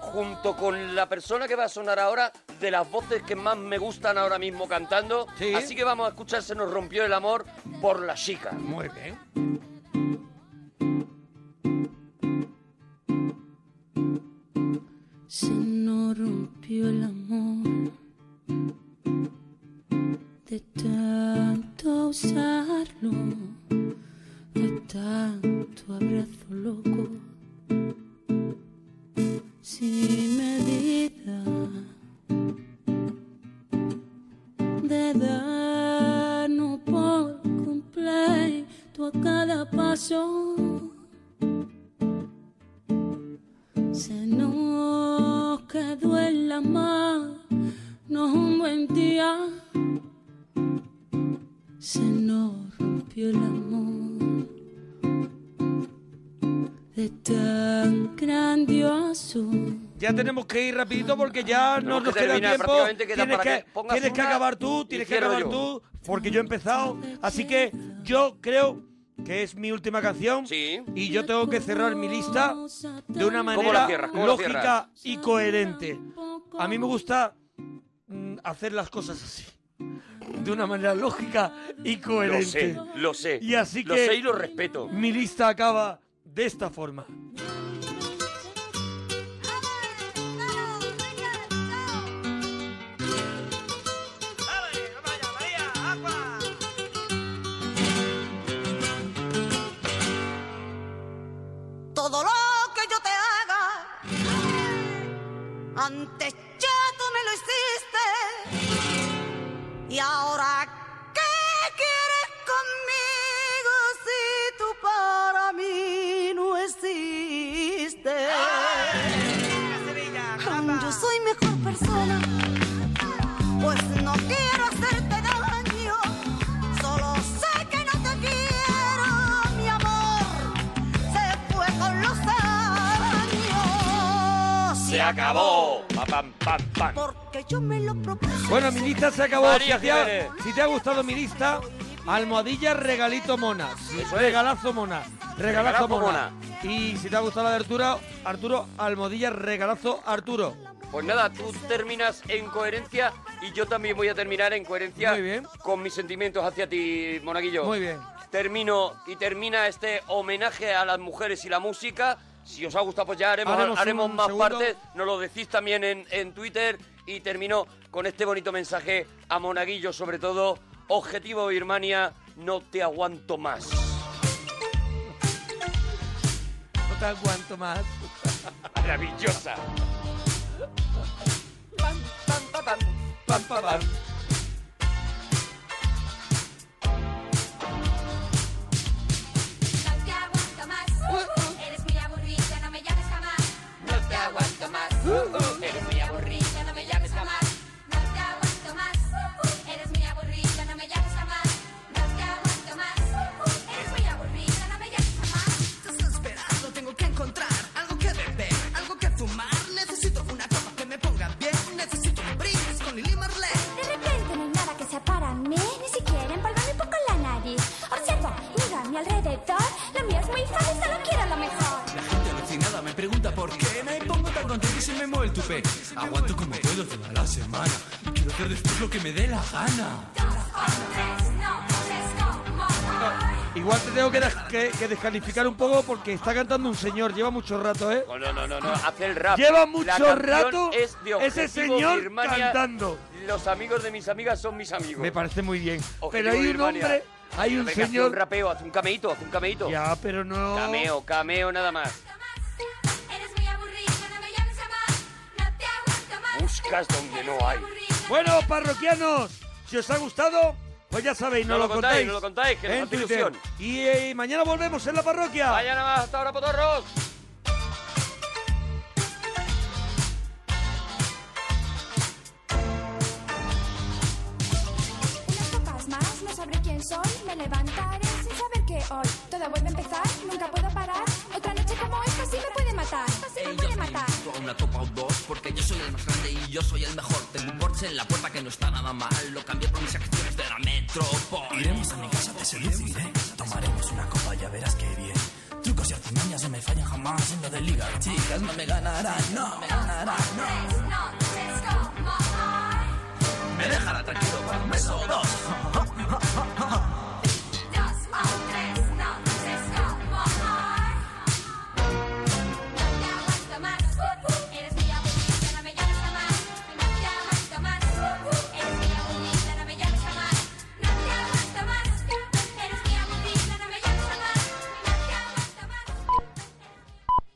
junto con la persona que va a sonar ahora, de las voces que más me gustan ahora mismo cantando. Así que vamos a escuchar Se nos rompió el amor por la chica. Muy bien. se nos rompió el amor de tanto usarlo, de tanto abrazo loco, sin medida, de darnos por completo a cada paso. Se nos quedó en la mano un buen día. Se nos rompió el amor de tan grandioso. Mm. Ya tenemos que ir rapidito porque ya no Tenemos nos que queda terminar, tiempo. prácticamente queda tienes para que, que pongas tienes que una acabar tú, y tienes que cierro yo. acabar tú, porque yo he empezado. Así que yo creo que es mi última canción. Y yo tengo que cerrar mi lista de ¿Cómo una la manera cierras? ¿Cómo la lógica y coherente. A mí me gusta mm, hacer las cosas así. De una manera lógica y Lo coherente. sé, lo sé. Y así lo que- sé y lo respeto. Mi lista acaba de esta forma. Todo lo que yo te haga, antes ya tú me lo hiciste. Y ahora, ¿qué quieres conmigo si tú para mí no existe? Yo soy mejor persona, pues no quiero hacerte daño. Solo sé que no te quiero, mi amor se fue con los años. Se acabó. Pa, pam, pam, pam. Que yo me lo propuse. Bueno, mi lista se acabó. María si, te ha, Jiménez. si te ha gustado mi lista, almohadilla regalito mona. Regalazo mona. Regalazo, Regalazo mona. Y si te ha gustado la de Arturo, Arturo, almohadilla regalazo Arturo. Pues nada, tú terminas en coherencia y yo también voy a terminar en coherencia con mis sentimientos hacia ti, Monaguillo. Muy bien. Termino y termina este homenaje a las mujeres y la música. Si os ha gustado, pues ya haremos, Haremos haremos, un más segundo. partes. Nos lo decís también en, en Twitter. Y termino con este bonito mensaje a Monaguillo, sobre todo. Objetivo Birmania, no te aguanto más. No te aguanto más. Maravillosa. Pam, pam, pam. No te aguanto más. Eres muy aburrida, no me llames jamás. No te aguanto más. Eres muy aburrida, no me llames jamás. No te aguanto más. Eres muy aburrida, no me llames jamás. No te aguanto más. Eres muy aburrida, no me llames jamás. Desesperado tengo que encontrar algo que beber, algo que fumar. Necesito una copa que me ponga bien. Necesito un brindis con Lili Marley. De repente no hay nada que sea para mí, ni siquiera empalmarme un poco la nariz. Observa, mira a mi alrededor, lo mío es muy fácil, solo quiero lo mejor. La gente alucinada me pregunta por qué me pongo tan contento y se me mueve el tupé. Aguanto como puedo toda la semana. Quiero hacer después lo que me dé la gana. Igual te tengo que, des- que- que descalificar un poco porque está cantando un señor. Lleva mucho rato, ¿eh? No, no, no, no, no, hace el rap. Lleva La mucho canción rato es de ese Objetivo señor Birmania. cantando. Los amigos de mis amigas son mis amigos. Me parece muy bien. Objetivo Pero hay un Birmania. hombre, hay Pero un venga, haz señor. un rapeo, hace un cameíto, hace un cameíto. Ya, pero no. Cameo, cameo nada más. Eres muy aburrida, no me llames jamás. No te aguanto más. Buscas donde no hay. Bueno, parroquianos, si os ha gustado, pues ya sabéis, no, Nos lo lo contáis, contáis. nos lo contáis, que nos en hace Twitter. ilusión. Y eh, mañana volvemos en la parroquia. Vaya nada más, hasta ahora, potorros. Unas copas más, no sabré quién soy, me levantaré sin saber que hoy todo vuelve a empezar, nunca puedo parar. Otra noche como esta sí me puede matar, sí me puede matar. A una copa o dos, porque yo soy el más grande y yo soy el mejor. Tengo un Porsche en la puerta que no está nada mal. Lo cambié por mis acciones de la metrópoli. Iremos a mi casa, te seduciré. Tomaremos una copa, ya verás qué bien. Trucos y artimañas no me fallan jamás en lo de liga. Chicas, no me ganarán, no me ganarán, no. Let's go.